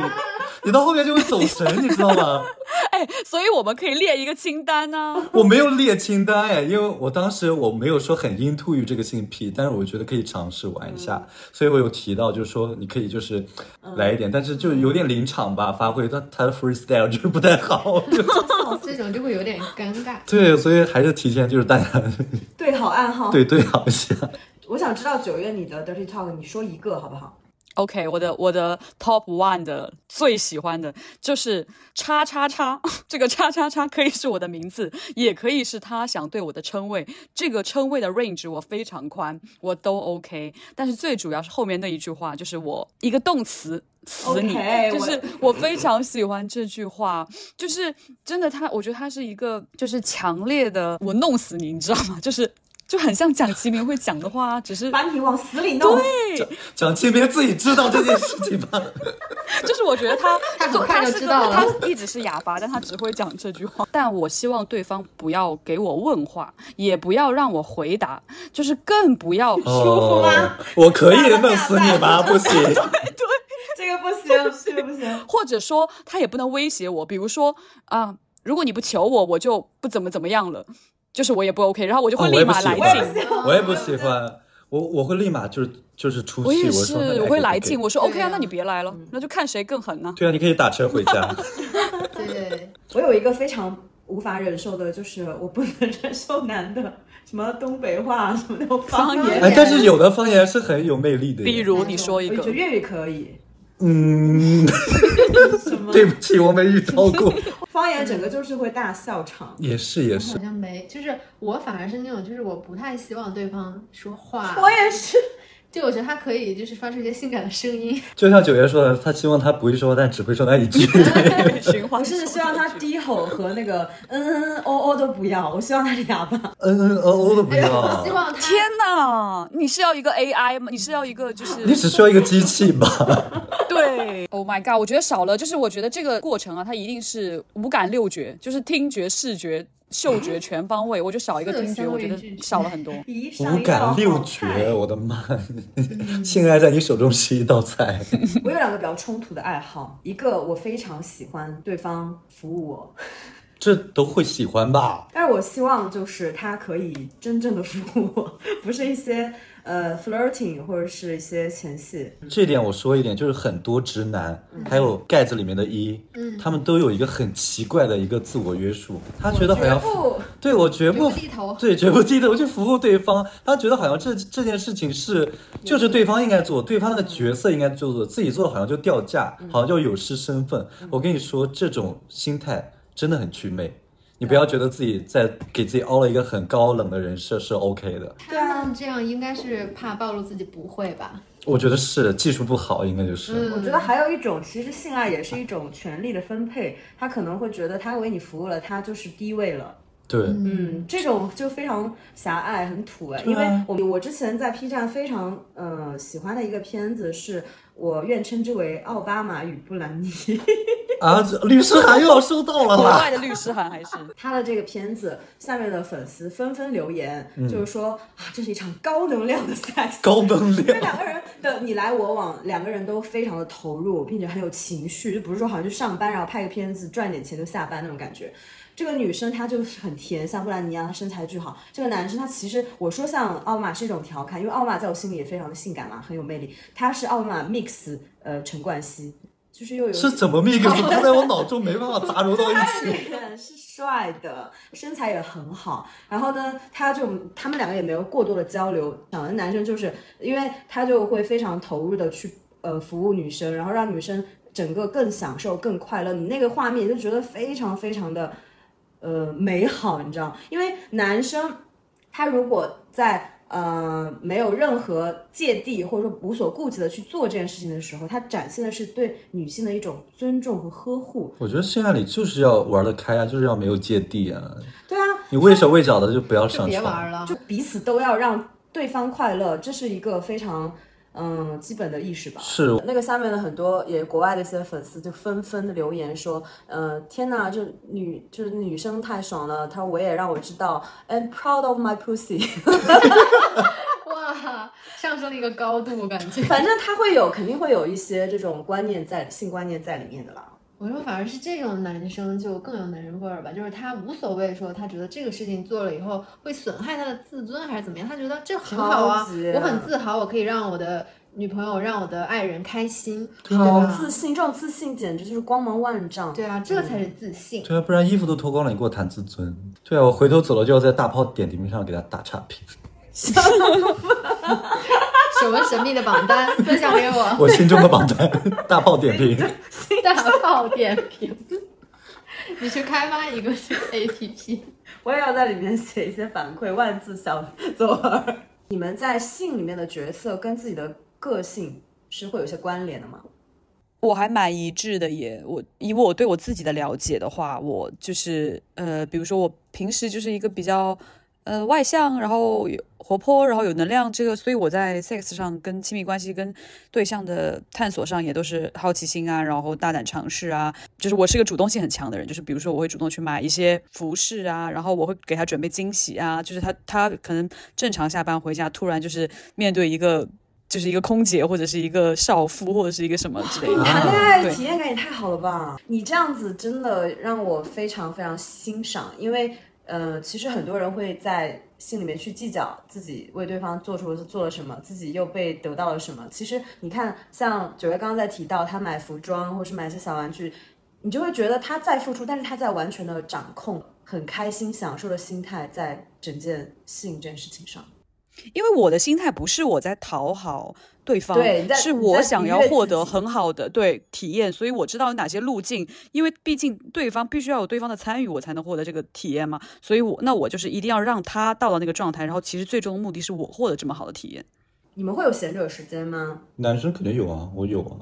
[SPEAKER 3] 你到后面就会走神，你知道吗？
[SPEAKER 6] 哎，所以我们可以列一个清单啊呢、
[SPEAKER 3] 我没有列清单哎，因为我当时我没有说很 into 于这个性癖，但是我觉得可以尝试玩一下，所以我有提到就是说你可以就是来一点，但是就有点临场吧，发挥他他的 freestyle 就是不太好，就
[SPEAKER 4] 哦这种就会有点尴尬。
[SPEAKER 3] 对，所以还是提前就是大家
[SPEAKER 5] 对好暗
[SPEAKER 6] 哦
[SPEAKER 5] 号。
[SPEAKER 3] 对对好一下，
[SPEAKER 5] 我想知道九月你的 dirty talk，你说一个好不好？
[SPEAKER 6] OK，我的我的 top one 的最喜欢的就是叉叉叉，这个叉叉叉可以是我的名字，也可以是他想对我的称谓。这个称谓的 range 我非常宽，我都 OK。但是最主要是后面那一句话，就是我一个动词。死你
[SPEAKER 5] OK，我
[SPEAKER 6] 就是我非常喜欢这句话，就是真的他，我觉得他是一个就是强烈的我弄死你，你知道吗？就是就很像蒋奇明会讲的话，只是
[SPEAKER 5] 把你往死里弄。
[SPEAKER 3] 蒋庆别自己知道这件事情 吧。
[SPEAKER 6] 就是我觉得他
[SPEAKER 4] 他很快
[SPEAKER 6] 是
[SPEAKER 4] 就
[SPEAKER 6] 个
[SPEAKER 4] 知道了
[SPEAKER 6] 他一直是哑巴，但他只会讲这句话。但我希望对方不要给我问话，也不要让我回答，就是更不要
[SPEAKER 3] 哦，我可以弄死你 吗？不行，
[SPEAKER 5] 这 个不行，这个不行。
[SPEAKER 6] 或者说他也不能威胁我，比如说啊、如果你不求我，我就不怎么怎么样了，就是我也不 OK，然后我就
[SPEAKER 3] 哦
[SPEAKER 6] 会
[SPEAKER 3] 我
[SPEAKER 6] 立
[SPEAKER 3] 也不
[SPEAKER 6] 马
[SPEAKER 3] 喜
[SPEAKER 6] 来
[SPEAKER 3] 欢
[SPEAKER 6] 劲。
[SPEAKER 3] 我也不喜欢，我我会立马就是就是出
[SPEAKER 6] 我
[SPEAKER 3] 去，
[SPEAKER 6] 也
[SPEAKER 3] 我
[SPEAKER 6] 是
[SPEAKER 3] 说哎那，
[SPEAKER 6] 我会来劲。
[SPEAKER 3] 劲。
[SPEAKER 6] 我说
[SPEAKER 4] 对
[SPEAKER 6] OK 啊
[SPEAKER 4] 啊，
[SPEAKER 6] 那你别来了，那就看谁更狠呢、
[SPEAKER 3] 对啊，你可以打车回 家。
[SPEAKER 4] 对，
[SPEAKER 5] 我有一个非常无法忍受的，就是我不能 忍受男的什么东北话什么那种方
[SPEAKER 6] 方言
[SPEAKER 3] 哎，但是有的方言是很有魅力的耶。
[SPEAKER 6] 比如你说一
[SPEAKER 5] 我觉得
[SPEAKER 6] 个，
[SPEAKER 5] 粤语可以，
[SPEAKER 3] 嗯，
[SPEAKER 5] 什么
[SPEAKER 3] 对不起，我没遇到 过。
[SPEAKER 5] 方言整个就是会大笑场。
[SPEAKER 3] 也是也是
[SPEAKER 4] 好，像没，就是我反而是那种，就是我不太希望对方说话，
[SPEAKER 5] 我也是，
[SPEAKER 4] 就我觉得他可以就是发出一些性感的声音，
[SPEAKER 3] 就像九月说的，他希望他不会说话，但只会说那一 句。
[SPEAKER 6] 循环
[SPEAKER 5] 我甚至希望他低吼和那个嗯嗯哦哦都不要，我希望他是哑巴。
[SPEAKER 3] 嗯嗯哦哦的不
[SPEAKER 6] 哎
[SPEAKER 4] 我希
[SPEAKER 3] 要，
[SPEAKER 4] 望他
[SPEAKER 6] 天哪，你是要一个 AI 吗？你是要一个就是
[SPEAKER 3] 你只需要一个机器吧。
[SPEAKER 6] 对，Oh my god！我觉得少了，就是我觉得这个过程啊，它一定是五感六觉，就是听觉、视觉、嗅觉全方位。我觉得少一个
[SPEAKER 4] 色
[SPEAKER 6] 听觉，
[SPEAKER 4] 香
[SPEAKER 6] 我
[SPEAKER 4] 味
[SPEAKER 6] 觉得
[SPEAKER 4] 俱全
[SPEAKER 6] 少了很 多。
[SPEAKER 5] 一上
[SPEAKER 3] 五
[SPEAKER 5] 一道
[SPEAKER 3] 感六
[SPEAKER 5] 好菜嗯
[SPEAKER 3] 觉，我的妈！性爱在你手中是一道菜。
[SPEAKER 5] 我有两个比较冲突的爱好，一个我非常喜欢对方服务我，
[SPEAKER 3] 这都会喜欢吧？
[SPEAKER 5] 但是我希望就是他可以真正的服务我，不是一些呃 flirting 或者是一些前戏。
[SPEAKER 3] 这点我说一点，就是很多直男，还有盖子里面的一、
[SPEAKER 4] 嗯
[SPEAKER 3] 他们都有一个很奇怪的一个自我约束，他觉得好像
[SPEAKER 5] 绝不
[SPEAKER 3] 对我绝不
[SPEAKER 4] 绝不低头
[SPEAKER 3] 对绝不低头去服务对方，他觉得好像这这件事情是就是对方应该做，对方那个角色应该做的，自己做的好像就掉价，好像就有失身份。我跟你说，这种心态真的很祛魅。你不要觉得自己在给自己凹了一个很高冷的人设是 OK 的，
[SPEAKER 4] 他们这样应该是怕暴露自己不会吧？
[SPEAKER 3] 我觉得是技术不好，应该就是。
[SPEAKER 5] 我觉得还有一种，其实性爱也是一种权力的分配，他可能会觉得他为你服务了，他就是低位了。
[SPEAKER 3] 对，
[SPEAKER 5] 嗯，这种就非常狭隘，很土哎、
[SPEAKER 3] 对
[SPEAKER 5] 因
[SPEAKER 3] 啊
[SPEAKER 5] 为我我之前在 P 站非常呃喜欢的一个片子是。我愿称之为奥巴马与布兰妮，
[SPEAKER 3] 啊，这律师函又要收到了
[SPEAKER 6] 国
[SPEAKER 3] 啦！
[SPEAKER 6] 外的律师函还是
[SPEAKER 5] 他的这个片子下面的粉丝纷纷留言，就是说啊，这是一场高能量的 sex，
[SPEAKER 3] 高能
[SPEAKER 5] 这
[SPEAKER 3] 量，
[SPEAKER 5] 两个人的你来我往，两个人都非常的投入，并且很有情绪，就不是说好像去上班然后拍个片子赚点钱就下班那种感觉。这个女生她就是很甜，像布兰妮一样，啊她身材巨好。这个男生他其实我说像奥巴马是一种调侃，因为奥巴马在我心里也非常的性感嘛，很有魅力。他是奥巴马 mix 呃陈冠希，就是又有
[SPEAKER 3] 是怎么 mix？他在我脑中没办法杂糅到一起。
[SPEAKER 5] 人是帅的，身材也很好。然后呢，他就他们两个也没有过多的交流。长的男生就是因为他就会非常投入的去呃服务女生，然后让女生整个更享受、更快乐。你那个画面就觉得非常非常的呃美好，你知道？因为男生他如果在呃没有任何芥蒂或者说无所顾忌的去做这件事情的时候，他展现的是对女性的一种尊重和呵护。
[SPEAKER 3] 我觉得性爱里就是要玩得开啊，就是要没有芥蒂啊。
[SPEAKER 5] 对啊，
[SPEAKER 3] 你畏手畏脚的就不要
[SPEAKER 4] 就
[SPEAKER 3] 上
[SPEAKER 4] 别
[SPEAKER 3] 床。
[SPEAKER 4] 玩了
[SPEAKER 5] 就。彼此都要让对方快乐，这是一个非常嗯基本的意识吧。
[SPEAKER 3] 是，
[SPEAKER 5] 那个下面的很多也国外的一些粉丝就纷纷地留言说，呃，天呐，这女就是女生太爽了。她说我也让我知道，I'm proud of my pussy。
[SPEAKER 4] 哇，上升了一个高度，感觉。
[SPEAKER 5] 反正她会有，肯定会有一些这种观念在性观念在里面的啦。
[SPEAKER 4] 我说，反而是这种男生就更有男人味儿吧，就是他无所谓说他觉得这个事情做了以后会损害他的自尊还是怎么样，他觉得这很好啊
[SPEAKER 5] 超级，
[SPEAKER 4] 我很自豪，我可以让我的女朋友、让我的爱人开心，对
[SPEAKER 5] 好
[SPEAKER 4] 吧？
[SPEAKER 5] 自信，这种自信简直就是光芒万丈。
[SPEAKER 4] 对啊，这才是自信。
[SPEAKER 3] 对啊，不然衣服都脱光了，你给我谈自尊。对啊，我回头走了就要在大炮点评上给他打差评。
[SPEAKER 4] 什么神秘的榜 单分享给我，
[SPEAKER 3] 我心中的榜单， 大炮点评。
[SPEAKER 4] 大炮点评。你去开发一个这个 APP，
[SPEAKER 5] 我也要在里面写一些反馈，万字小作文。你们在性里面的角色跟自己的个性是会有一些关联的吗？
[SPEAKER 6] 我还蛮一致的耶。我以我对我自己的了解的话，我就是呃，比如说我平时就是一个比较呃外向，然后有活泼，然后有能量，这个，所以我在 sex 上跟亲密关系跟对象的探索上也都是好奇心啊，然后大胆尝试啊，就是我是个主动性很强的人，就是比如说我会主动去买一些服饰啊，然后我会给他准备惊喜啊，就是他他可能正常下班回家，突然就是面对一个。就是一个空姐，或者是一个少妇，或者是一个什么之类的。
[SPEAKER 5] 谈恋爱的
[SPEAKER 6] 啊对
[SPEAKER 5] 体验感也太好了吧！你这样子真的让我非常非常欣赏，因为呃，其实很多人会在心里面去计较自己为对方做出做了什么，自己又被得到了什么。其实你看，像九月刚刚在提到，她买服装或是买一些小玩具，你就会觉得她在付出，但是她在完全的掌控，很开心享受的心态在整件性这件事情上。
[SPEAKER 6] 因为我的心态不是我在讨好对方，
[SPEAKER 5] 对你在
[SPEAKER 6] 是
[SPEAKER 5] 你
[SPEAKER 6] 我
[SPEAKER 5] 在
[SPEAKER 6] 想
[SPEAKER 5] 愉
[SPEAKER 6] 要
[SPEAKER 5] 悦
[SPEAKER 6] 获
[SPEAKER 5] 自
[SPEAKER 6] 得
[SPEAKER 5] 己
[SPEAKER 6] 很好的对体验，所以我知道有哪些路径，因为毕竟对方必须要有对方的参与，我才能获得这个体验嘛。所以我那我就是一定要让他到了那个状态，然后其实最终目的是我获得这么好的体验。
[SPEAKER 5] 你们会有闲者时间吗？
[SPEAKER 3] 男生肯定有啊，我有啊。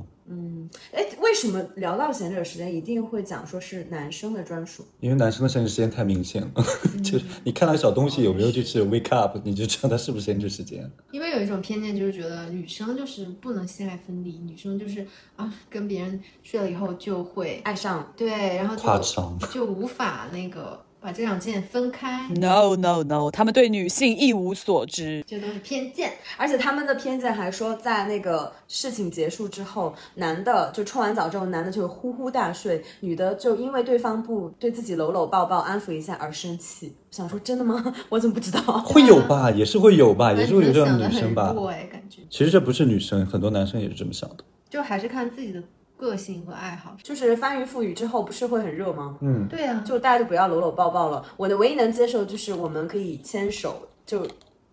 [SPEAKER 5] 哎，为什么聊到闲者时间一定会讲说是男生的专属？
[SPEAKER 3] 因为男生的生理时间太明显了，
[SPEAKER 4] 嗯
[SPEAKER 3] 就是你看到小东西有没有就是 wake up，你就知道他是不是限制时间。
[SPEAKER 4] 因为有一种偏见，就是觉得女生就是不能性爱分离，女生就是啊，跟别人睡了以后就会
[SPEAKER 5] 爱上
[SPEAKER 4] 对，然后就
[SPEAKER 3] 夸张
[SPEAKER 4] 就无法那个把这两件分 开，
[SPEAKER 6] No no no，他们对女性一无所知。
[SPEAKER 4] 这都是偏见。
[SPEAKER 5] 而且他们的偏见还说，在那个事情结束之后，男的就冲完澡之后，男的就呼呼大睡，女的就因为对方不对自己搂搂抱抱安抚一下而生气。想说真的吗？ 我怎么不知道？
[SPEAKER 3] 会有
[SPEAKER 5] 嗯
[SPEAKER 3] 吧，也是会有吧，也
[SPEAKER 4] 反
[SPEAKER 3] 是
[SPEAKER 4] 正
[SPEAKER 3] 会有
[SPEAKER 4] 你
[SPEAKER 3] 这
[SPEAKER 4] 们想
[SPEAKER 3] 样的
[SPEAKER 4] 的
[SPEAKER 3] 女生
[SPEAKER 4] 很
[SPEAKER 3] 吧。
[SPEAKER 4] 弱哎，感觉
[SPEAKER 3] 其实这不是女生，很多男生也是这么想的。
[SPEAKER 4] 就还是看自己的个性和爱好。
[SPEAKER 5] 就是翻云覆雨之后，不是会很热吗？
[SPEAKER 3] 嗯，
[SPEAKER 4] 对啊，
[SPEAKER 5] 就大家就不要搂搂抱抱了。我的唯一能接受就是我们可以牵手，就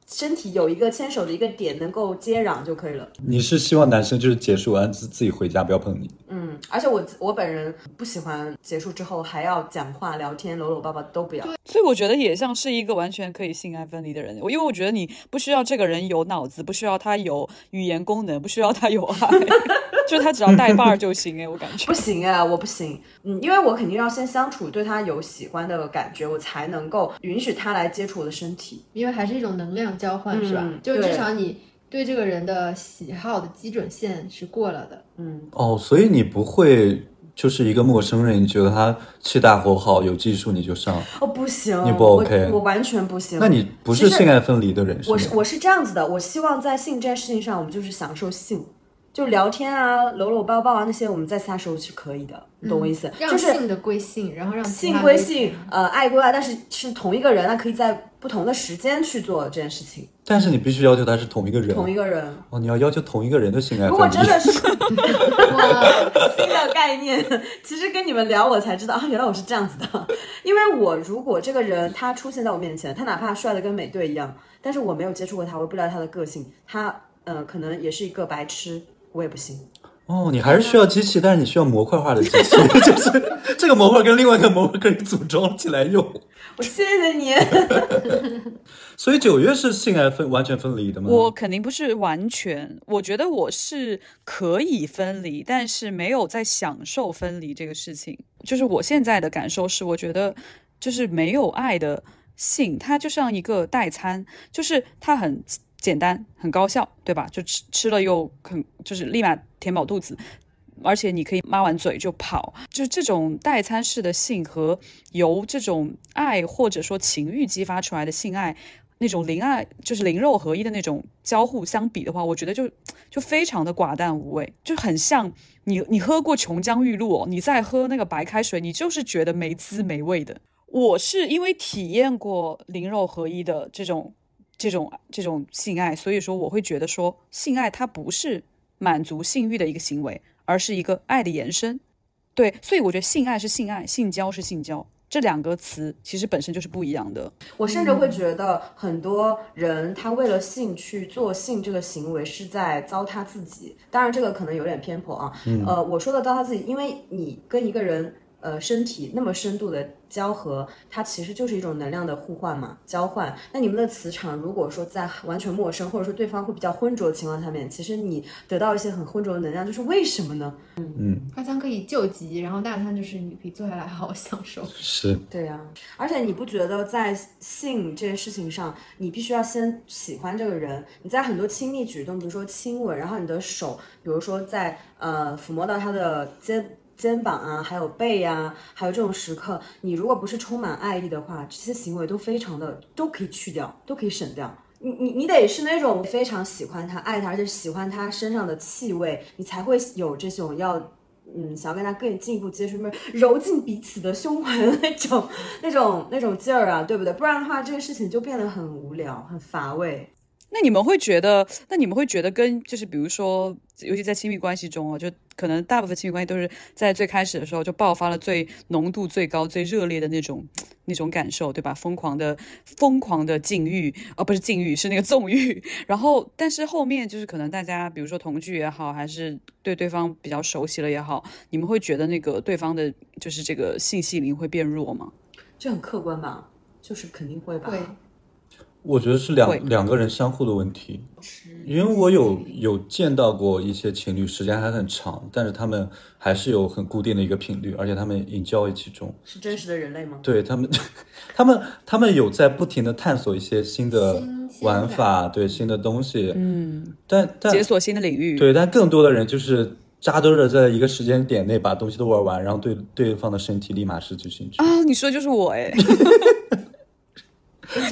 [SPEAKER 5] 身体有一个牵手的一个点能够接壤就可以了。
[SPEAKER 3] 你是希望男生就是结束完自自己回家，不要碰你。
[SPEAKER 5] 嗯，而且我我本人不喜欢结束之后还要讲话、聊天、搂搂抱抱都不要。
[SPEAKER 6] 所以我觉得也像是一个完全可以性爱分离的人。我因为我觉得你不需要这个人有脑子，不需要他有语言功能，不需要他有爱， 就他只要带伴儿就行哎，我感觉
[SPEAKER 5] 不。行啊，我不行，嗯，因为我肯定要先相处，对他有喜欢的感觉，我才能够允许他来接触我的身体。
[SPEAKER 4] 因为还是一种能量交换，
[SPEAKER 5] 嗯
[SPEAKER 4] 是吧？就
[SPEAKER 5] 对
[SPEAKER 4] 至少你对这个人的喜好的基准线是过了的。
[SPEAKER 5] 嗯，
[SPEAKER 3] 哦，所以你不会就是一个陌生人，你觉得他气大活好，有技术你就上，
[SPEAKER 5] 哦，不行，
[SPEAKER 3] 你不
[SPEAKER 5] 我
[SPEAKER 3] OK
[SPEAKER 5] 我完全不行。
[SPEAKER 3] 那你不是
[SPEAKER 5] 其实
[SPEAKER 3] 性爱分离的人是
[SPEAKER 5] 我
[SPEAKER 3] 吗？
[SPEAKER 5] 是我是这样子的，我希望在性这件事情上，我们就是享受性，就聊天啊、搂搂抱抱啊那些，我们在其他时候是可以的，你懂我意思？
[SPEAKER 4] 嗯
[SPEAKER 5] 就
[SPEAKER 4] 让
[SPEAKER 5] 是
[SPEAKER 4] 性的归性，然后让其
[SPEAKER 5] 性
[SPEAKER 4] 他
[SPEAKER 5] 归
[SPEAKER 4] 的
[SPEAKER 5] 性，呃，爱归爱，但是是同一个人，那可以在不同的时间去做这件事情，
[SPEAKER 3] 但是你必须要求他是同一个人。
[SPEAKER 5] 同一个人。
[SPEAKER 3] 哦，你要要求同一个人的性爱
[SPEAKER 5] 如果
[SPEAKER 3] 分离
[SPEAKER 5] 真。的是
[SPEAKER 4] 哇，
[SPEAKER 5] 新的概念， 其实跟你们聊我才知道啊，原来我是这样子的。因为我如果这个人他出现在我面前，他哪怕帅的跟美队一样，但是我没有接触过他，我不了解他的个性，他呃可能也是一个白痴，我也不行。
[SPEAKER 3] 哦，你还是需要机器，但是你需要模块化的机 器，就是这个模块跟另外一个模块可以组装起来用。
[SPEAKER 5] 我谢谢你。
[SPEAKER 3] 所以九月是性爱分完全分离的吗？
[SPEAKER 6] 我肯定不是完全，我觉得我是可以分离，但是没有在享受分离这个事情。就是我现在的感受是，我觉得就是没有爱的性，它就像一个代餐，就是它很简单、很高效，对吧？就吃吃了又很，就是立马填饱肚子。而且你可以抹完嘴就跑，就这种代餐式的性和由这种爱或者说情欲激发出来的性爱，那种零爱就是零肉合一的那种交互相比的话，我觉得就就非常的寡淡无味，就很像你你喝过琼浆玉露哦，你再喝那个白开水，你就是觉得没滋没味的。我是因为体验过零肉合一的这种这种这种性爱，所以说我会觉得说性爱它不是满足性欲的一个行为，而是一个爱的延伸。对，所以我觉得性爱是性爱，性交是性交，这两个词其实本身就是不一样的。
[SPEAKER 5] 我甚至会觉得很多人他为了性去做性这个行为是在糟蹋自己，当然这个可能有点偏颇啊。呃，我说的糟蹋自己，因为你跟一个人呃身体那么深度的交合，它其实就是一种能量的互换嘛，交换。那你们的磁场如果说在完全陌生，或者说对方会比较浑浊的情况下面，其实你得到一些很浑浊的能量，就是为什么呢？
[SPEAKER 3] 嗯
[SPEAKER 4] 大餐可以救急，然后大餐就是你可以坐下来好好享受。
[SPEAKER 3] 是
[SPEAKER 5] 对呀、而且你不觉得在性这件事情上，你必须要先喜欢这个人？你在很多亲密举动，比如说亲吻，然后你的手，比如说在呃抚摸到他的肩肩膀啊，还有背啊，还有这种时刻，你如果不是充满爱意的话，这些行为都非常的都可以去掉，都可以省掉。你你你得是那种非常喜欢他、爱他，而且喜欢他身上的气味，你才会有这种要嗯，想要跟他更进一步接触，不是揉进彼此的胸怀的那种、那种、那种劲儿啊，对不对？不然的话，这个事情就变得很无聊、很乏味。
[SPEAKER 6] 那你们会觉得，那你们会觉得跟就是比如说，尤其在亲密关系中啊，就可能大部分亲密关系都是在最开始的时候就爆发了最浓度最高、最热烈的那种那种感受，对吧？疯狂的疯狂的禁欲，啊，不是禁欲，是那个纵欲。 然后，但是后面就是可能大家，比如说同居也好，还是对对方比较熟悉了也好，你们会觉得那个对方的就是这个性吸引力会变弱吗？
[SPEAKER 5] 这很客观吧？就是肯定会吧。
[SPEAKER 4] 会，
[SPEAKER 3] 我觉得是
[SPEAKER 6] 会
[SPEAKER 3] 两两个人相互的问题，因为我有有见到过一些情侣，时间还很长，但是他们还是有很固定的一个频率，而且他们 enjoy 其中。
[SPEAKER 5] 是真实的人类吗？
[SPEAKER 3] 对他们， 他们他们有在不停的探索一些新的
[SPEAKER 4] 新鲜
[SPEAKER 3] 玩
[SPEAKER 4] 感
[SPEAKER 3] 法，对新的东西，嗯，但但
[SPEAKER 6] 解锁新的领域，
[SPEAKER 3] 对，但更多的人就是扎堆的在一个时间点内把东西都玩完，然后对对方的身体立马失去兴趣。
[SPEAKER 6] 啊，你说的就是 我哎，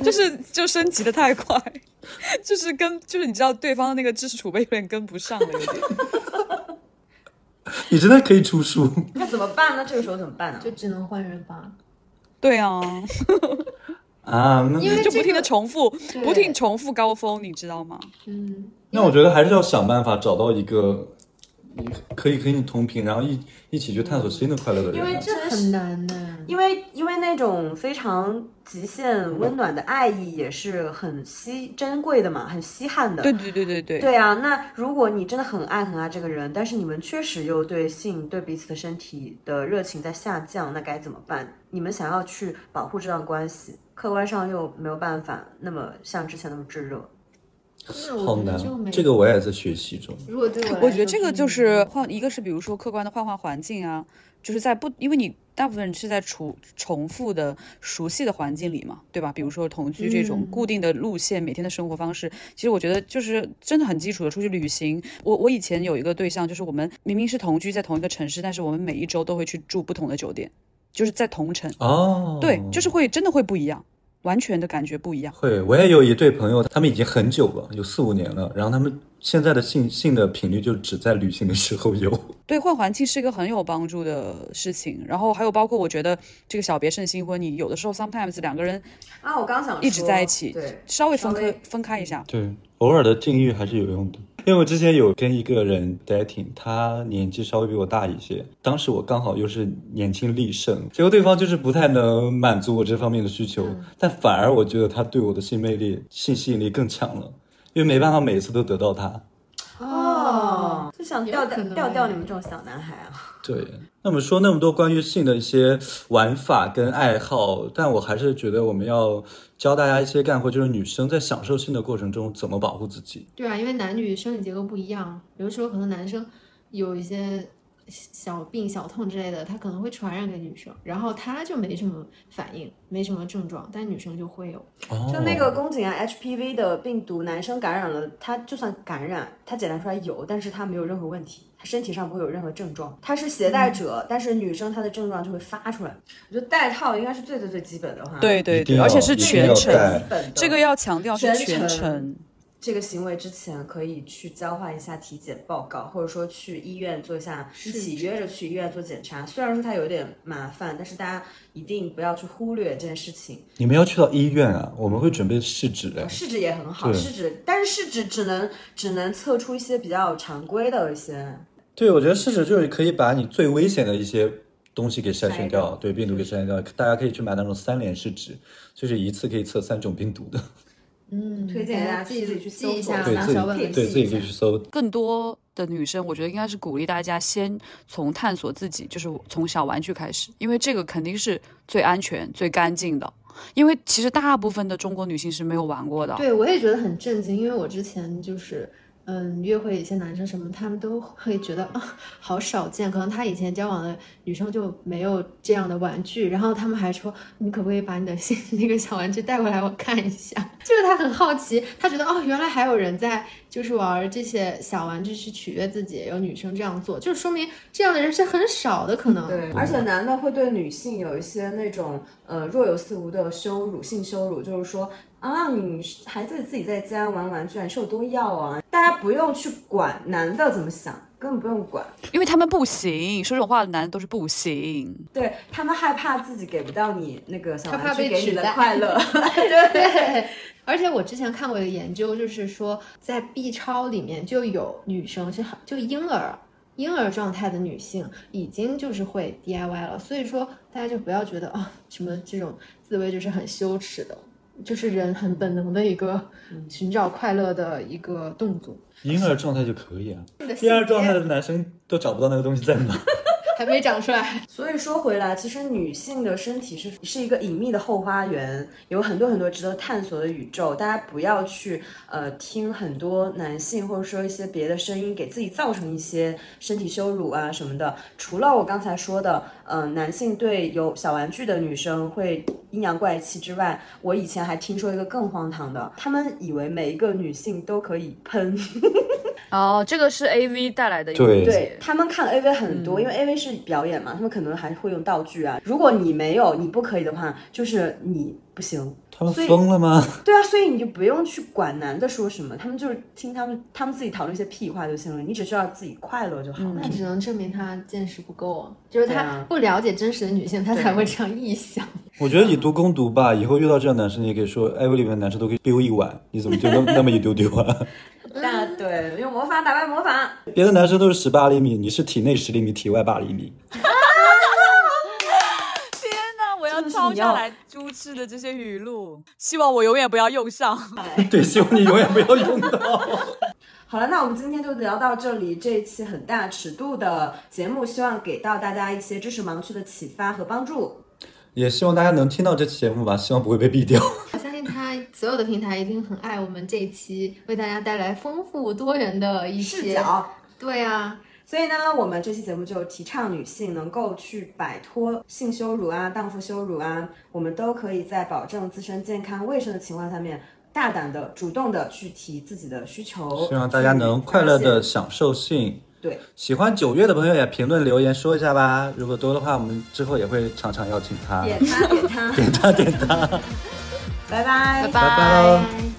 [SPEAKER 6] 就是就升级的太快，就是跟就是你知道对方的那个知识储备有点跟不上了，有点。
[SPEAKER 3] 你真的可以出书，
[SPEAKER 5] 那怎么办呢？这个时候怎么办呢？
[SPEAKER 4] 就只能换人吧。
[SPEAKER 6] 对啊，
[SPEAKER 3] 啊，那
[SPEAKER 4] 因为
[SPEAKER 6] 就不停的
[SPEAKER 4] 这
[SPEAKER 6] 重复，
[SPEAKER 4] 对
[SPEAKER 6] 不停重复高峰，你知道吗？
[SPEAKER 4] 个嗯，
[SPEAKER 3] 那我觉得还是要想办法找到一个可以和你同频，然后一一起去探索新的快乐的人
[SPEAKER 5] 因
[SPEAKER 3] 啊。
[SPEAKER 5] 为这
[SPEAKER 4] 这
[SPEAKER 5] 很
[SPEAKER 4] 很难呢、
[SPEAKER 5] 因为因为那种非常极限温暖的爱意也是很稀珍贵的嘛，很稀罕的。
[SPEAKER 6] 对对对对对，
[SPEAKER 5] 对啊，那如果你真的很爱很爱这个人，但是你们确实又对性对彼此的身体的热情在下降，那该怎么办？你们想要去保护这段关系，客观上又没有办法那么像之前那么炙热。
[SPEAKER 4] 那我
[SPEAKER 3] 好
[SPEAKER 4] 觉得
[SPEAKER 3] 难
[SPEAKER 4] 就没，
[SPEAKER 3] 这个我也在学习中。
[SPEAKER 4] 如果对嗯我来说，
[SPEAKER 6] 我觉得这个就是换，一个是比如说客观的换换环境啊，就是在不，因为你大部分是在重重复的熟悉的环境里嘛，对吧？比如说同居这种
[SPEAKER 4] 嗯
[SPEAKER 6] 固定的路线，每天的生活方式，其实我觉得就是真的很基础的出去旅行。我我以前有一个对象，就是我们明明是同居在同一个城市，但是我们每一周都会去住不同的酒店，就是在同城，
[SPEAKER 3] 哦，
[SPEAKER 6] 对，就是会真的会不一样，完全的感觉不一样。
[SPEAKER 3] 会。我也有一对朋友，他们已经很久了，有四五年了，然后他们现在的性性的频率就只在旅行的时候有。
[SPEAKER 6] 对，换环境是一个很有帮助的事情。然后还有包括，我觉得这个小别胜新婚，你有的时候 sometimes 两个人
[SPEAKER 5] 啊，我刚想
[SPEAKER 6] 一直在一起，
[SPEAKER 5] 对，
[SPEAKER 6] 稍微分嗯
[SPEAKER 5] 稍微
[SPEAKER 6] 开分开一下。
[SPEAKER 3] 对，偶尔的禁欲还是有用的。因为我之前有跟一个人 dating，他年纪稍微比我大一些，当时我刚好又是年轻力盛，结果对方就是不太能满足我这方面的需求，
[SPEAKER 5] 嗯
[SPEAKER 3] 但反而我觉得他对我的性魅力、性吸引力更强了，因为没办法每次都得到他。
[SPEAKER 5] 哦，就想
[SPEAKER 4] 有
[SPEAKER 5] 钓
[SPEAKER 4] 可
[SPEAKER 5] 钓
[SPEAKER 4] 能
[SPEAKER 5] 钓钓
[SPEAKER 4] 哎
[SPEAKER 5] 你们这种小男孩啊。
[SPEAKER 3] 对，那么说那么多关于性的一些玩法跟爱好，但我还是觉得我们要教大家一些干货，就是女生在享受性的过程中怎么保护自己。
[SPEAKER 4] 对啊，因为男女生理结构不一样，有的时候可能男生有一些小病、小痛之类的，他可能会传染给女生，然后他就没什么反应，没什么症状，但女生就会有。
[SPEAKER 3] 哦
[SPEAKER 5] 就那个宫颈癌 HPV 的病毒，男生感染了，他就算感染，他检查出来有，但是他没有任何问题，他身体上不会有任何症状，他是携带者，但是女生她的症状就会发出来。嗯我觉得戴套应该是最最最基本的哈，
[SPEAKER 6] 对
[SPEAKER 3] 一
[SPEAKER 6] 对
[SPEAKER 3] 定
[SPEAKER 6] 对，而且
[SPEAKER 3] 要
[SPEAKER 6] 是
[SPEAKER 3] 一定
[SPEAKER 6] 全
[SPEAKER 3] 要
[SPEAKER 6] 程，
[SPEAKER 3] 带
[SPEAKER 5] 基本的
[SPEAKER 6] 这个要强调是
[SPEAKER 5] 全程
[SPEAKER 6] 全程。
[SPEAKER 5] 这个行为之前可以去交换一下体检报告，或者说去医院做一下，一起约着去医院做检查。虽然说它有点麻烦，但是大家一定不要去忽略这件事情。
[SPEAKER 3] 你们要去到医院啊，我们会准备试纸哎。
[SPEAKER 5] 试纸也很好，
[SPEAKER 3] 对
[SPEAKER 5] 试纸，但是试纸只能只能测出一些比较常规的一些。
[SPEAKER 3] 对，我觉得试纸就是可以把你最危险的一些东西给筛选
[SPEAKER 5] 筛
[SPEAKER 3] 掉，嗯
[SPEAKER 5] 掉
[SPEAKER 3] 对病毒给筛选掉。大家可以去买那种三联试纸，就是一次可以测三种病毒的，
[SPEAKER 4] 嗯，
[SPEAKER 5] 推荐大家
[SPEAKER 4] 自己
[SPEAKER 5] 自己去搜
[SPEAKER 4] 记一
[SPEAKER 5] 索
[SPEAKER 4] 下，
[SPEAKER 3] 对
[SPEAKER 4] 拿
[SPEAKER 3] 自己
[SPEAKER 4] 小本本
[SPEAKER 3] 对
[SPEAKER 4] 记
[SPEAKER 3] 自己
[SPEAKER 4] 一
[SPEAKER 3] 可以
[SPEAKER 4] 下
[SPEAKER 3] 去搜。
[SPEAKER 6] 更多的女生，我觉得应该是鼓励大家先从探索自己，就是从小玩具开始，因为这个肯定是最安全、最干净的。因为其实大部分的中国女性是没有玩过的，
[SPEAKER 4] 对，我也觉得很震惊，因为我之前就是，嗯，约会一些男生什么，他们都会觉得啊，好少见，可能他以前交往的女生就没有这样的玩具，然后他们还说，你可不可以把你的新 那个小玩具带过来，我看一下？ 就是他很好奇，他觉得哦，原来还有人在就是玩这些小玩具去取悦自己，有女生这样做，就是说明这样的人是很少的，可能。
[SPEAKER 5] 对，而且男的会对女性有一些那种呃若有似无的羞辱，性羞辱，就是说啊，你还在自己在家玩玩具，啊，你是有多要啊？大家不用去管男的怎么想，根本不用管。
[SPEAKER 6] 因为他们不行，说这种话的男人都是不行。
[SPEAKER 5] 对他们害怕自己给不到你那个小
[SPEAKER 4] 他怕
[SPEAKER 5] 玩具
[SPEAKER 4] 被
[SPEAKER 5] 给你
[SPEAKER 4] 取
[SPEAKER 5] 的
[SPEAKER 4] 代
[SPEAKER 5] 快乐，
[SPEAKER 4] 对， 而且我之前看过一个研究，就是说在 B 超里面就有女生是很就婴儿婴儿状态的女性已经就是会 DIY 了，所以说大家就不要觉得啊、什么这种自慰就是很羞耻的，就是人很本能的一个
[SPEAKER 5] 嗯
[SPEAKER 4] 寻找快乐的一个动作。
[SPEAKER 3] 婴儿状态就可以啊，
[SPEAKER 4] 你的
[SPEAKER 3] 婴儿
[SPEAKER 4] 性
[SPEAKER 3] 状态
[SPEAKER 4] 别
[SPEAKER 3] 的男生都找不到那个东西在哪。
[SPEAKER 4] 还没长出来，
[SPEAKER 5] 所以说回来，其实女性的身体是是一个隐秘的后花园，有很多很多值得探索的宇宙。大家不要去呃听很多男性或者说一些别的声音，给自己造成一些身体羞辱啊什么的。除了我刚才说的，呃，男性对有小玩具的女生会阴阳怪气之外，我以前还听说一个更荒唐的，他们以为每一个女性都可以喷。
[SPEAKER 6] 哦，这个是 A V 带来的 一
[SPEAKER 3] 对
[SPEAKER 6] 个
[SPEAKER 5] 对他们看 AV 很多，因为 AV 是表演嘛，他们可能还会用道具啊。如果你没有，你不可以的话，就是你不行。
[SPEAKER 3] 他们
[SPEAKER 5] 所以
[SPEAKER 3] 疯了吗？
[SPEAKER 5] 对啊，所以你就不用去管男的说什么，他们就是听他们他们自己讨论一些屁话就行了，你只需要自己快乐就好了。
[SPEAKER 4] 那只能证明他见识不够啊，就是
[SPEAKER 5] 对
[SPEAKER 4] 他
[SPEAKER 5] 啊
[SPEAKER 4] 不了解真实的女性，他才会这样臆想。
[SPEAKER 3] 我觉得以毒攻毒吧，以后遇到这样的男生，你也可以说，哎，我里面的男生都可以丢一碗，你怎么 就那那么一丢丢啊？
[SPEAKER 5] 那对，用魔法打败魔法。
[SPEAKER 3] 别的男生都是十八厘米，你是体内十厘米，体外八厘米。
[SPEAKER 6] 天哪，我要
[SPEAKER 5] 真的是
[SPEAKER 6] 抄
[SPEAKER 5] 你
[SPEAKER 6] 下
[SPEAKER 5] 要
[SPEAKER 6] 来朱志的这些语录，希望我永远不要用上。
[SPEAKER 3] 对，希望你永远不要用到。
[SPEAKER 5] 好了，那我们今天就聊到这里。这一期很大尺度的节目，希望给到大家一些知识盲区的启发和帮助。
[SPEAKER 3] 也希望大家能听到这期节目吧，希望不会被毙掉。
[SPEAKER 4] 我相信他所有的平台一定很爱我们这一期，为大家带来丰富多元的一
[SPEAKER 5] 视
[SPEAKER 4] 些。
[SPEAKER 5] 角。
[SPEAKER 4] 对啊，
[SPEAKER 5] 所以呢，我们这期节目就提倡女性能够去摆脱性羞辱啊、荡妇羞辱啊，我们都可以在保证自身健康卫生的情况下面，大胆的、主动的去提自己的需 求，
[SPEAKER 3] 希望大家能快乐的享受性。
[SPEAKER 5] 对，
[SPEAKER 3] 喜欢九月的朋友也评论留言说一下吧，如果多的话，我们之后也会常常邀请他。
[SPEAKER 5] 点它点它 点它点它，拜拜
[SPEAKER 3] 拜拜喽
[SPEAKER 4] 拜